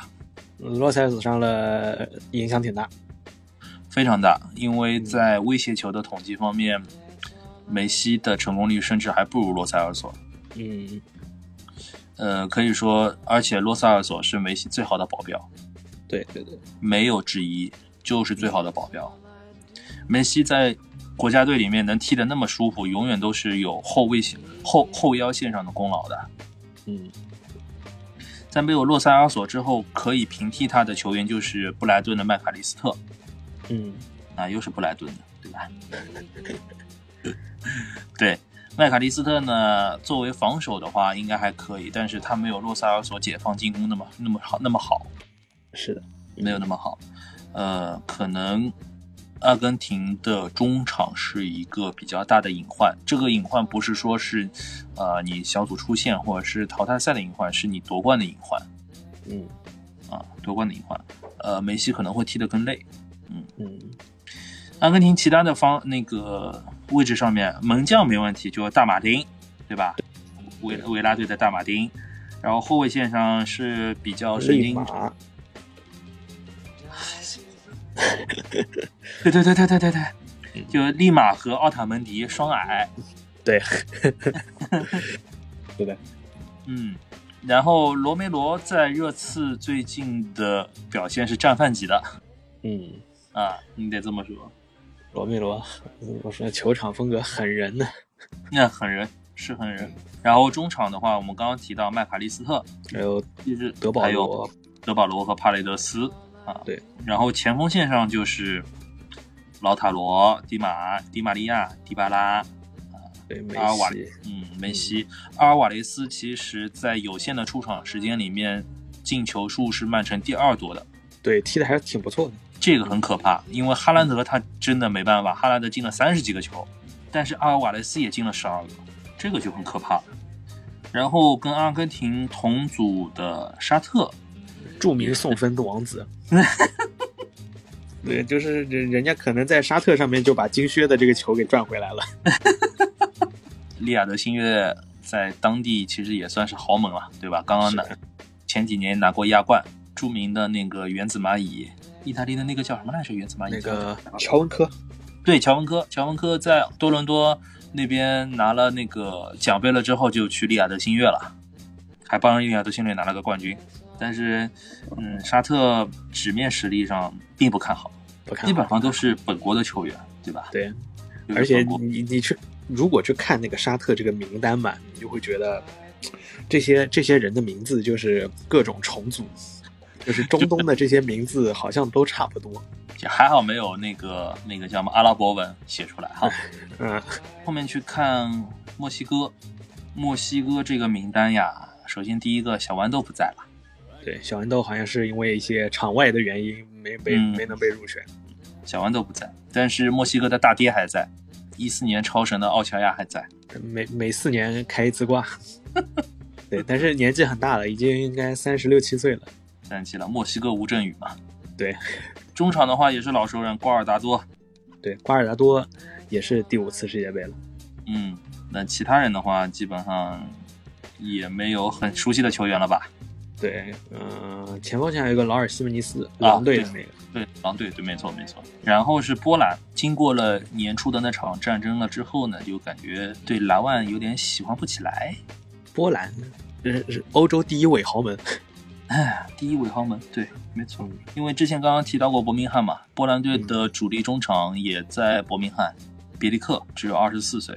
洛塞尔死伤了，影响挺大。非常大，因为在威胁球的统计方面，梅西的成功率甚至还不如洛塞尔索。嗯，呃，可以说，而且洛塞尔索是梅西最好的保镖，对对对。没有之一，就是最好的保镖。梅西在国家队里面能踢得那么舒服，永远都是有后卫线、后后腰线上的功劳的。嗯在没有洛塞尔索之后，可以平替他的球员就是布莱顿的麦卡利斯特。嗯，啊，又是布莱顿的，对吧？ 对，麦卡利斯特呢，作为防守的话，应该还可以，但是他没有洛萨尔索解放进攻那么那么好，那么好，是的，没有那么好。呃，可能阿根廷的中场是一个比较大的隐患。这个隐患不是说是，呃，你小组出线或者是淘汰赛的隐患，是你夺冠的隐患嗯啊，夺冠的隐患。呃，梅西可能会踢得更累。嗯阿根廷其他的方那个位置上面，门将没问题，就大马丁，对吧？维维拉队的大马丁，然后后卫线上是比较神利经，马对对对对对对对，嗯就利马和奥塔门迪双矮， 对的，嗯，然后罗梅罗在热刺最近的表现是战犯级的嗯，啊，你得这么说，罗梅罗， 我说球场风格很人呢，那狠人是狠人。嗯然后中场的话，我们刚刚提到麦卡利斯特，还有就是德保还有罗，德保罗和帕雷德斯啊。对，然后前锋线上就是老塔罗、迪马、迪玛利亚、迪巴拉，对梅阿瓦西，嗯，梅西、阿尔瓦雷斯。其实，在有限的出场时间里面，进球数是曼城第二多的，对，踢的还是挺不错的，这个很可怕。因为哈兰德他真的没办法，哈兰德进了三十几个球，但是阿尔瓦雷斯也进了十二个，这个就很可怕。然后跟阿根廷同组的沙特，著名送分王子。 对，就是人人家可能在沙特上面就把金靴的这个球给赚回来了。利雅得新月在当地其实也算是豪门了，对吧？刚刚拿是前几年拿过亚冠，著名的那个原子蚂蚁，意大利的那个叫什么来着？原子蚂蚁那个叫乔文科，对乔文科，乔文科在多伦多那边拿了那个奖杯了之后，就去利雅得新月了，还帮利雅得新月拿了个冠军。但是，嗯，沙特纸面实力上并不看好，不看基本好。上都是本国的球员，对吧？对，就是而且本国你你去如果去看那个沙特这个名单嘛，你就会觉得这些这些人的名字就是各种重组，就是中东的这些名字好像都差不多。还好没有那个那个叫什么阿拉伯文写出来 哈。嗯，后面去看墨西哥，墨西哥这个名单呀，首先第一个小豌豆不在了，对，小豌豆好像是因为一些场外的原因没被嗯没能被入选。小豌豆不在，但是墨西哥的大爹还在，一四年超神的奥乔亚还在，每每四年开一 次挂。对，但是年纪很大了，已经应该三十六七岁了。但记了墨西哥吴镇宇嘛。对，中场的话也是老熟人瓜尔达多，对，瓜尔达多也是第五次世界杯了。嗯，那其他人的话基本上也没有很熟悉的球员了吧？对，嗯、前锋线还有一个劳尔·西门尼斯，狼队的那个。啊对，狼队对，没错没错。然后是波兰，经过了年初的那场战争了之后呢，就感觉对蓝万有点喜欢不起来。波兰是是欧洲第一伪豪啊门。哎，第一尾豪门，对，没错。因为之前刚刚提到过伯明翰嘛，波兰队的主力中场也在伯明翰，别利克只有二十四岁。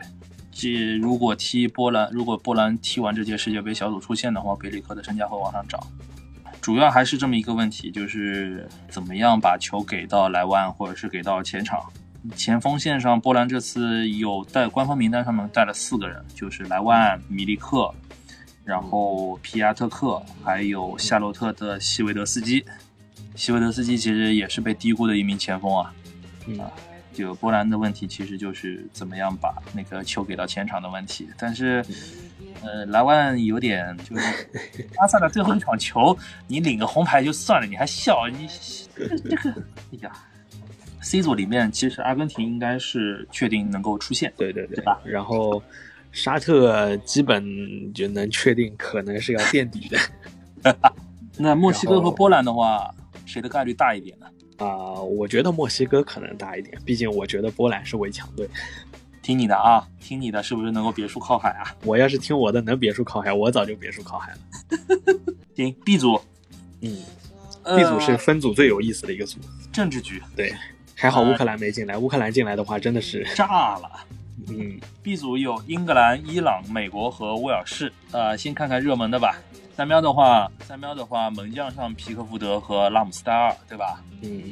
这如果踢波兰，如果波兰踢完这届世界杯小组出线的话，别利克的身价会往上涨。主要还是这么一个问题，就是怎么样把球给到莱万，或者是给到前场。前锋线上，波兰这次有带官方名单上面带了四个人，就是莱万、米利克，嗯然后皮亚特克，还有夏洛特的西维德斯基。西维德斯基其实也是被低估的一名前锋啊。嗯就波兰的问题其实就是怎么样把那个球给到前场的问题，但是。呃，莱万有点就是巴萨的最后一场球，你领个红牌就算了，你还笑你这这个，哎呀，C 组里面其实阿根廷应该是确定能够出线，对对对对吧。然后沙特基本就能确定，可能是要垫底的那墨西哥然和后波兰的话，谁的概率大一点呢？啊、我觉得墨西哥可能大一点，毕竟我觉得波兰是围强队。听你的啊，听你的，是不是能够别墅靠海啊？我要是听我的，能别墅靠海，我早就别墅靠海了。行，B 组嗯，B ，B 组是分组最有意思的一个组，政治局，还呃好乌克兰没进来，乌克兰进来的话真的是，炸了。嗯， B 组有英格兰、伊朗、美国和威尔士。呃，先看看热门的吧。三喵的话，三喵的话，门将上皮克福德和拉姆斯戴尔，对吧？嗯，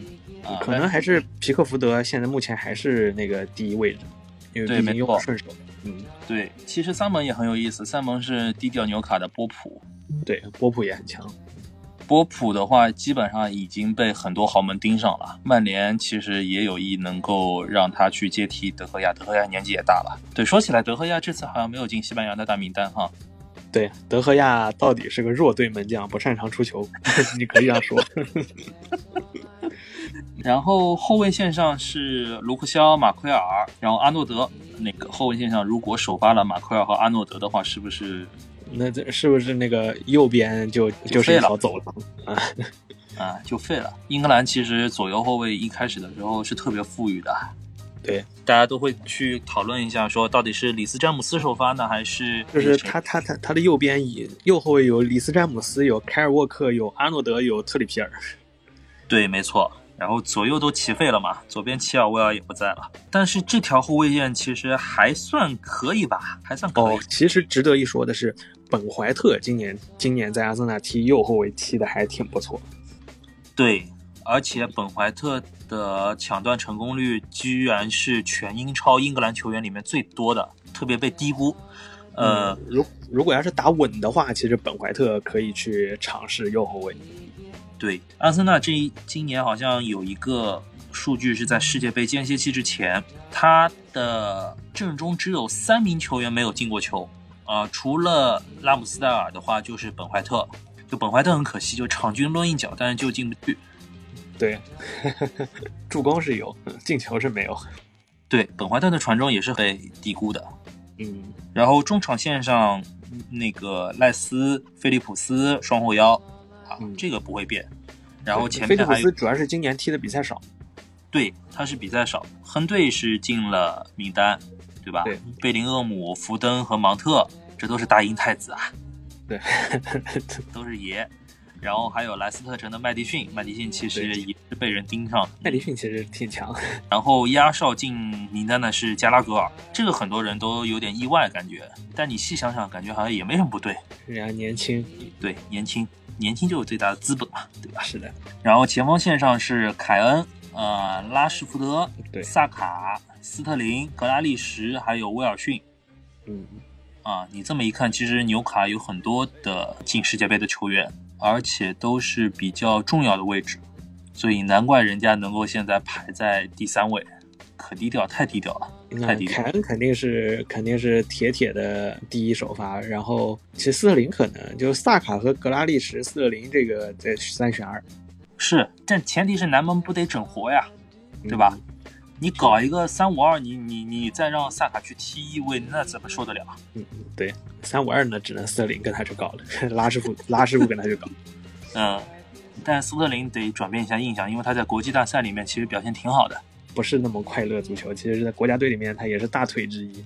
啊，可能还是皮克福德现在目前还是那个第一位置，因为对毕没竟用错得顺手。嗯，对。其实三门也很有意思，三门是低调纽卡的波普，对，波普也很强。波普的话基本上已经被很多豪门盯上了。曼联其实也有意能够让他去接替德赫亚，德赫亚年纪也大了。对，说起来，德赫亚这次好像没有进西班牙的大名单哈。对，德赫亚到底是个弱队门将，不擅长出球， 你可以这样说。 然后后卫线上是卢克肖、马奎尔，然后阿诺德。那个后卫线上如果首发了马奎尔和阿诺德的话，是不是那这是不是那个右边就就就是废一了条走廊？啊就废了？英格兰其实左右后卫一开始的时候是特别富裕的，对，大家都会去讨论一下，说到底是里斯詹姆斯首发呢，还是就是谁他他他他的右边以右后卫有里斯詹姆斯，有凯尔沃克，有阿诺德，有特里皮尔。对，没错。然后左右都齐废了嘛，左边齐尔维尔也不在了。但是这条后卫线其实还算可以吧，还算可以。哦，其实值得一说的是，本怀特今年今年在阿森纳踢右后卫踢的还挺不嗯错。对，而且本怀特的抢断成功率居然是全英超英格兰球员里面最多的，特别被低估。呃，嗯，如如果要是打稳的话，其实本怀特可以去尝试右后卫。对，阿森纳这一今年好像有一个数据是在世界杯间歇期之前，他的阵中只有三名球员没有进过球，啊、除了拉姆斯戴尔的话，就是本怀特，就本怀特很可惜，就场均抡一脚，但是就进不去。对， 助攻是有，嗯进球是没有。对，本怀特的传中也是被低估的。嗯，然后中场线上，嗯那个赖斯、菲利普斯双后腰，啊，嗯这个不会变。然后前菲利面普还有斯主要是今年踢的比赛少。对，他是比赛少，亨队是进了名单，对吧？对，贝林厄姆、福登和芒特，这都是大英太子啊，对， 都是爷。然后还有莱斯特城的麦迪逊，麦迪逊其实也是被人盯上麦的。迪逊其实挺强。然后压哨进名单的是加拉格尔，这个很多人都有点意外感觉，但你细想想，感觉好像也没什么不对。人家年轻，对，年轻，年轻就是最大的资本嘛，对吧？是的，然后前锋线上是凯恩、呃拉什福德、对萨卡、斯特林、格拉利什，还有威尔逊嗯，啊。你这么一看，其实纽卡有很多的进世界杯的球员，而且都是比较重要的位置，所以难怪人家能够现在排在第三位，可低调，太低调了。那太低凯调恩肯定是肯定是铁铁的第一首发，然后其实斯特林可能就萨卡和格拉利什、斯特林这个在三选二，是，但前提是南门不得整活呀，嗯对吧？？你搞一个三五二，你你你再让萨卡去踢翼位，那怎么受得了？嗯对，三五二呢，只能斯特林跟他去搞了，拉师傅拉师傅跟他去搞。嗯，但斯特林得转变一下印象，因为他在国际大赛里面其实表现挺好的。不是那么快乐足球，其实，在国家队里面他也是大腿之一。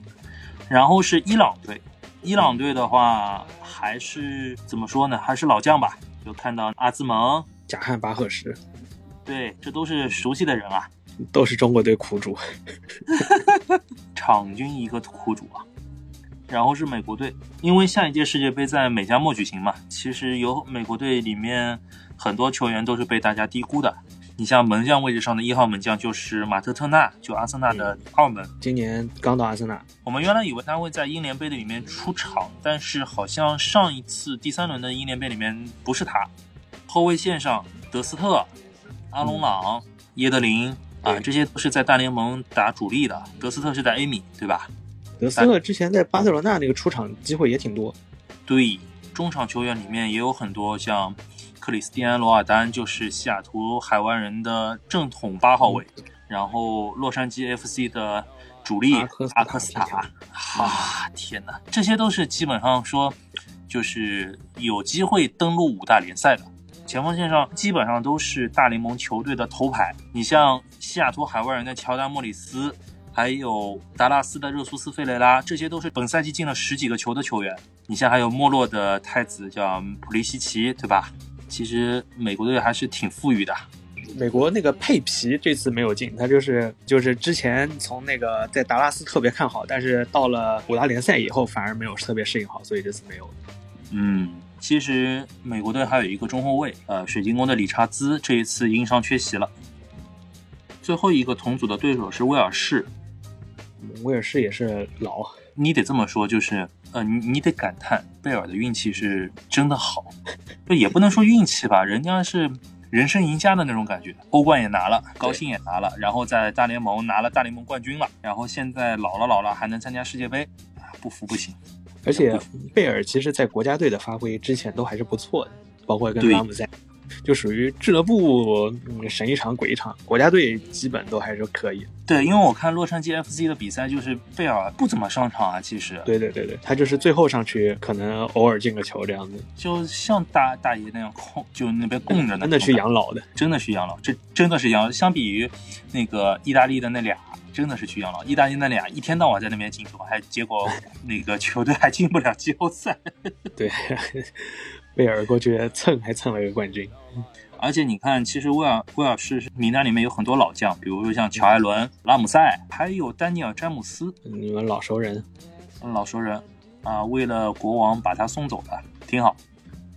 然后是伊朗队，伊朗队的话还是怎么说呢？还是老将吧，就看到阿兹蒙，贾汉巴赫什对，这都是熟悉的人啊，都是中国队苦主，场均一个苦主啊。然后是美国队，因为下一届世界杯在美加墨举行嘛，其实有美国队里面很多球员都是被大家低估的。你像门将位置上的一号门将就是马特特纳，就阿森纳的二门，今年刚到阿森纳，我们原来以为他会在英联杯的里面出场，但是好像上一次第三轮的英联杯里面不是他。后卫线上，德斯特、阿隆朗、耶德林啊，嗯对这些都是在大联盟打主力的。德斯特是在 A 米，对吧？德斯特之前在巴塞罗那那个出场机会也挺多，对，中场球员里面也有很多像克里斯蒂安·罗尔丹，就是西雅图海湾人的正统八号位，然后洛杉矶 FC 的主力嗯阿科斯塔阿科斯塔是吧，啊，天哪，这些都是基本上说就是有机会登陆五大联赛的。前锋线上基本上都是大联盟球队的头牌，你像西雅图海湾人的乔丹·莫里斯，还有达拉斯的热苏斯·费雷拉，这些都是本赛季进了十几个球的球员。你像还有没落的太子叫普利西奇，对吧？其实美国队还是挺富裕的。美国那个佩皮这次没有进，他就是就是之前从那个在达拉斯特别看好，但是到了五大联赛以后反而没有特别适应好，所以这次没有。嗯，其实美国队还有一个中后卫，呃，水晶宫的理查兹这一次因伤缺席了。最后一个同组的对手是威尔士，威尔士也是老，你得这么说，就是呃，你你得感叹贝尔的运气是真的好，就也不能说运气吧，人家是人生赢家的那种感觉，欧冠也拿了，高薪也拿了，然后在大联盟拿了大联盟冠军了，然后现在老了老了还能参加世界杯，啊不服不行。而且贝尔其实在国家队的发挥之前都还是不错的，包括跟对拉姆塞，就属于俱乐部嗯神一场鬼一场，国家队基本都还是可以。对，因为我看洛杉矶 FC 的比赛，就是贝尔不怎么上场啊，其实对对对对，他就是最后上去可能偶尔进个球这样子，就像大大爷那样供，就那边供着呢，真的去养老的。真的去养老，这真的是养老。相比于那个意大利的那俩，真的是去养老。意大利那俩一天到晚在那边进球，还结果那个球队还进不了季后赛。对， 贝尔过去蹭还蹭了个冠军。而且你看，其实威尔威尔士名单里面有很多老将，比如说像乔艾伦、拉姆塞，还有丹尼尔詹姆斯，你们老熟人，老熟人啊，为了国王把他送走了，挺好。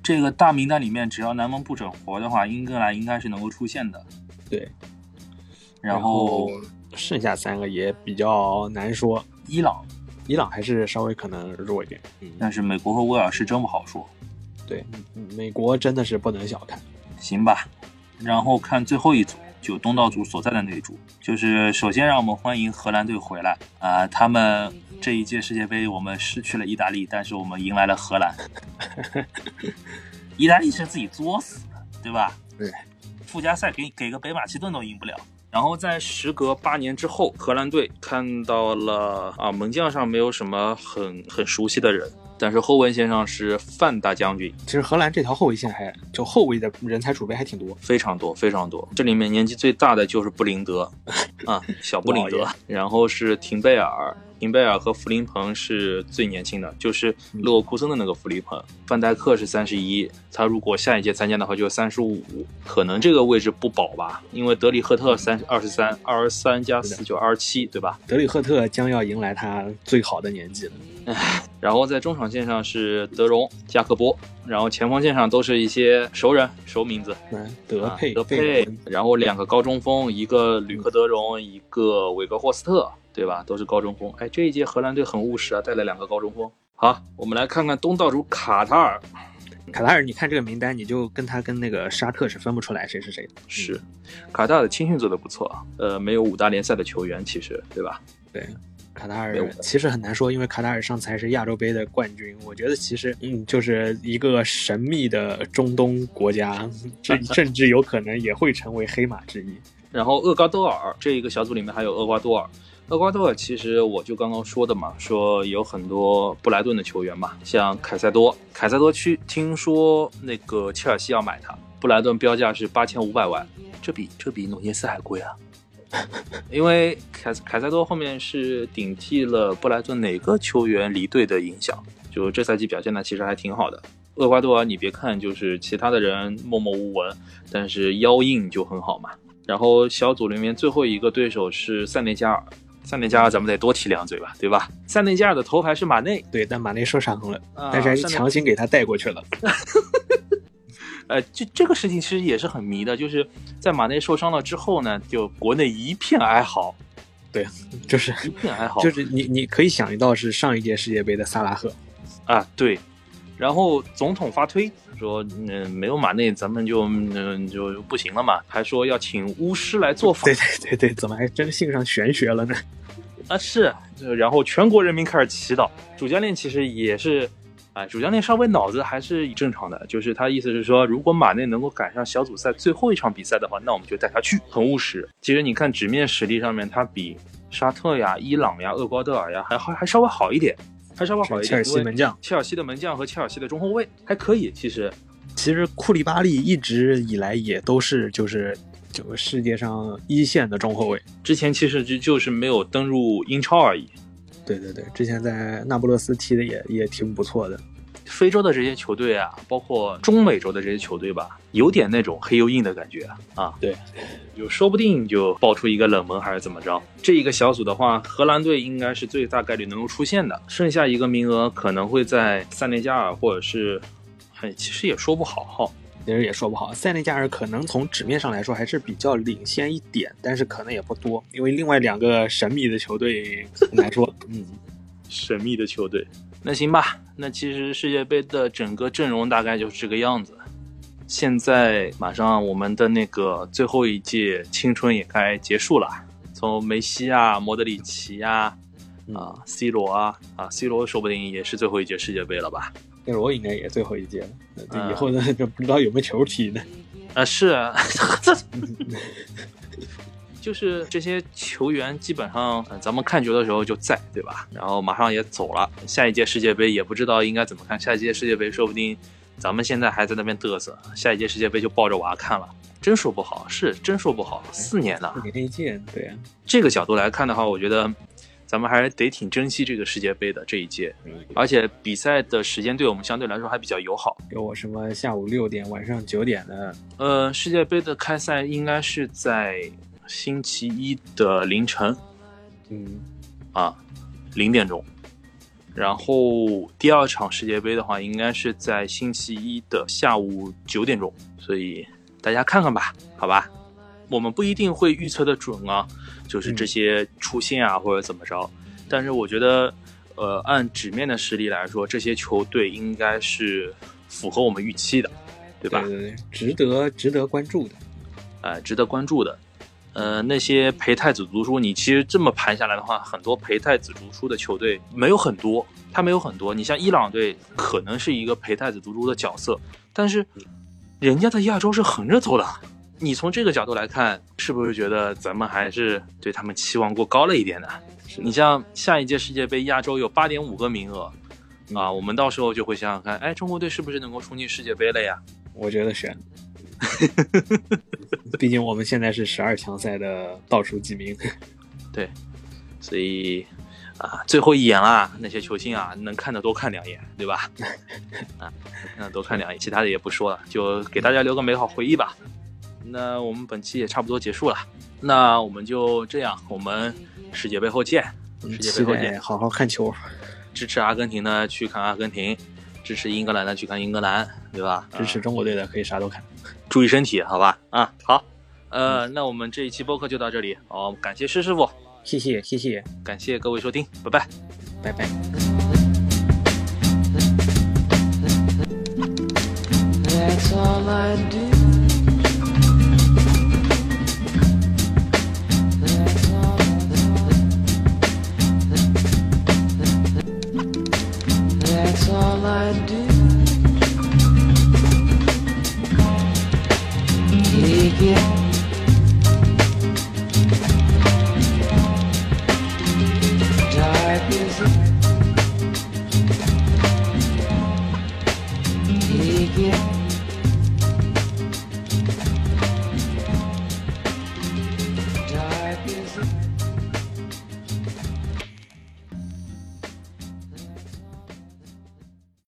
这个大名单里面，只要南蒙不整活的话，英格兰应该是能够出现的。对，然后后剩下三个也比较难说，伊朗，伊朗还是稍微可能弱一点。嗯，但是美国和威尔士真不好说，对，嗯美国真的是不能小看。行吧。然后看最后一组，就东道主所在的那一组，就是首先让我们欢迎荷兰队回来啊、他们这一届世界杯我们失去了意大利，但是我们迎来了荷兰。意大利是自己作死的，对吧？对，附加赛给给个北马其顿都赢不了。然后在时隔八年之后，荷兰队看到了啊，门将上没有什么很很熟悉的人，但是后卫线上是范大将军，其实荷兰这条后卫线还就后卫的人才储备还挺多，非常多，非常多。这里面年纪最大的就是布林德，啊，小布林德老， 然后是廷贝尔，廷贝尔和弗林彭是最年轻的，就是勒沃库森的那个弗林彭。范戴克是三十一，他如果下一届参加的话就是三十五，可能这个位置不保吧，因为德里赫特三二十三，二十三加四九二十七，对吧？德里赫特将要迎来他最好的年纪了。然后在中场线上是德容、加克波，然后前锋线上都是一些熟人、熟名字，嗯，德啊佩、德贝佩尔文，然后两个高中锋，一个吕克德容，一个韦格霍斯特，对吧？都是高中锋。哎，这一届荷兰队很务实啊，带了两个高中锋。好，我们来看看东道主卡塔尔，嗯卡塔尔，你看这个名单，你就跟他跟那个沙特是分不出来谁是谁的。是卡塔尔的青训做得不错啊，呃，没有五大联赛的球员，其实对吧？卡塔没有尔其实很难说，因为卡塔尔上次还是亚洲杯的冠军。我觉得其实，嗯，就是一个神秘的中东国家，这 甚至有可能也会成为黑马之一。然后厄瓜多尔这一个小组里面还有厄瓜多尔。厄瓜多尔其实我就刚刚说的嘛，说有很多布莱顿的球员嘛，像凯塞多，凯塞多去听说那个切尔西要买他，布莱顿标价是八千五百万，这比这比努涅斯还贵啊！ 因为凯凯塞多后面是顶替了布莱顿哪个球员离队的影响，就这赛季表现的其实还挺好的。厄瓜多尔你别看就是其他的人默默无闻，但是腰硬就很好嘛。然后小组里面最后一个对手是塞内加尔，塞内加尔咱们得多提两嘴吧，对吧？塞内加尔的头牌是马内，对，但马内受伤了，啊但是还是塞内强行给他带过去了。呃，这这个事情其实也是很迷的，就是在马内受伤了之后呢，就国内一片哀嚎，就是一片 哀嚎，就是你你可以想到是上一届世界杯的萨拉赫，啊，对。然后总统发推说，嗯、没有马内咱们就嗯、就不行了嘛，还说要请巫师来做法对对对对，怎么还真信上玄学了呢？啊，是。就然后全国人民开始祈祷，主教练其实也是。啊，主教练稍微脑子还是正常的，就是他意思是说，如果马内能够赶上小组赛最后一场比赛的话，那我们就带他去，很务实。其实你看纸面实力上面，他比沙特呀、伊朗呀、厄瓜多尔呀还还还稍微好一点，还稍微好一点。切尔西因为门将，切尔西的门将和切尔西的中后卫还可以，其实其实库利巴利一直以来也都是就是就世界上一线的中后卫。之前其实就就是没有登入英超而已。对对对，之前在那不勒斯踢的也也挺不错的。非洲的这些球队啊，包括中美洲的这些球队吧，有点那种黑又硬的感觉啊啊。对，就说不定就爆出一个冷门还是怎么着。这一个小组的话，荷兰队应该是最啊大概率能够出现的，剩下一个名额可能会在塞内加尔或者是。哎，其实也说不好哈。其实也说不好，塞内加尔可能从纸面上来说还是比较领先一点，但是可能也不多，因为另外两个神秘的球队来 说，嗯，神秘的球队。那行吧，那其实世界杯的整个阵容大概就是这个样子。现在马上我们的那个最后一届青春也该结束了，从梅西啊、莫德里奇啊、啊 C 罗啊啊 C 罗说不定也是最后一届世界杯了吧？那我应该也最后一届了，那嗯以后呢就不知道有没有球踢呢。啊，是啊， 这就是这些球员基本上、呃咱们看球的时候就在，对吧？然后马上也走了，下一届世界杯也不知道应该怎么看，下一届世界杯说不定咱们现在还在那边嘚瑟，下一届世界杯就抱着娃看了，真说不好，是真说不好，四年呢、每天一届，对啊，这个角度来看的话，我觉得咱们还是得挺珍惜这个世界杯的这一届，而且比赛的时间对我们相对来说还比较友好。有我什么下午六点、晚上九点的，呃，世界杯的开赛应该是在星期一的凌晨嗯，啊，零点钟。然后第二场世界杯的话，应该是在星期一的下午九点钟，所以大家看看吧，好吧？我们不一定会预测的准啊，就是这些出线啊、或者怎么着，但是我觉得，呃，按纸面的实力来说，这些球队应该是符合我们预期的，对对吧？对对，值得值得关注的。呃，值得关注的。呃，那些陪太子读书，你其实这么盘下来的话，很多陪太子读书的球队没有很多，他没有很多。你像伊朗队可能是一个陪太子读书的角色，但是人家在亚洲是横着走的。你从这个角度来看，是不是觉得咱们还是对他们期望过高了一点呢？是的你像下一届世界杯，亚洲有八点五个名额，啊，我们到时候就会想想看，哎，中国队是不是能够冲进世界杯了呀？我觉 得选。毕竟我们现在是十二强赛的倒数几名，所以啊，最后一眼啦，那些球星啊，能看的多看两眼，对吧？啊，能看的多看两眼，其他的也不说了，就给大家留个美好回忆吧。那我们本期也差不多结束了，那我们就这样，我们世界杯后见，世界期杯后见待。好好看球。支持阿根廷的去看阿根廷，支持英格兰的去看英格兰，对吧？支持啊中国队的可以啥都看。注意身体，好吧？啊，好，呃，那我们这一期播客就到这里，哦，感谢施师傅，谢谢谢谢，感谢各位收听，拜拜。拜拜。 That's all I do. That's all That's all I do. Take it. Dark is it?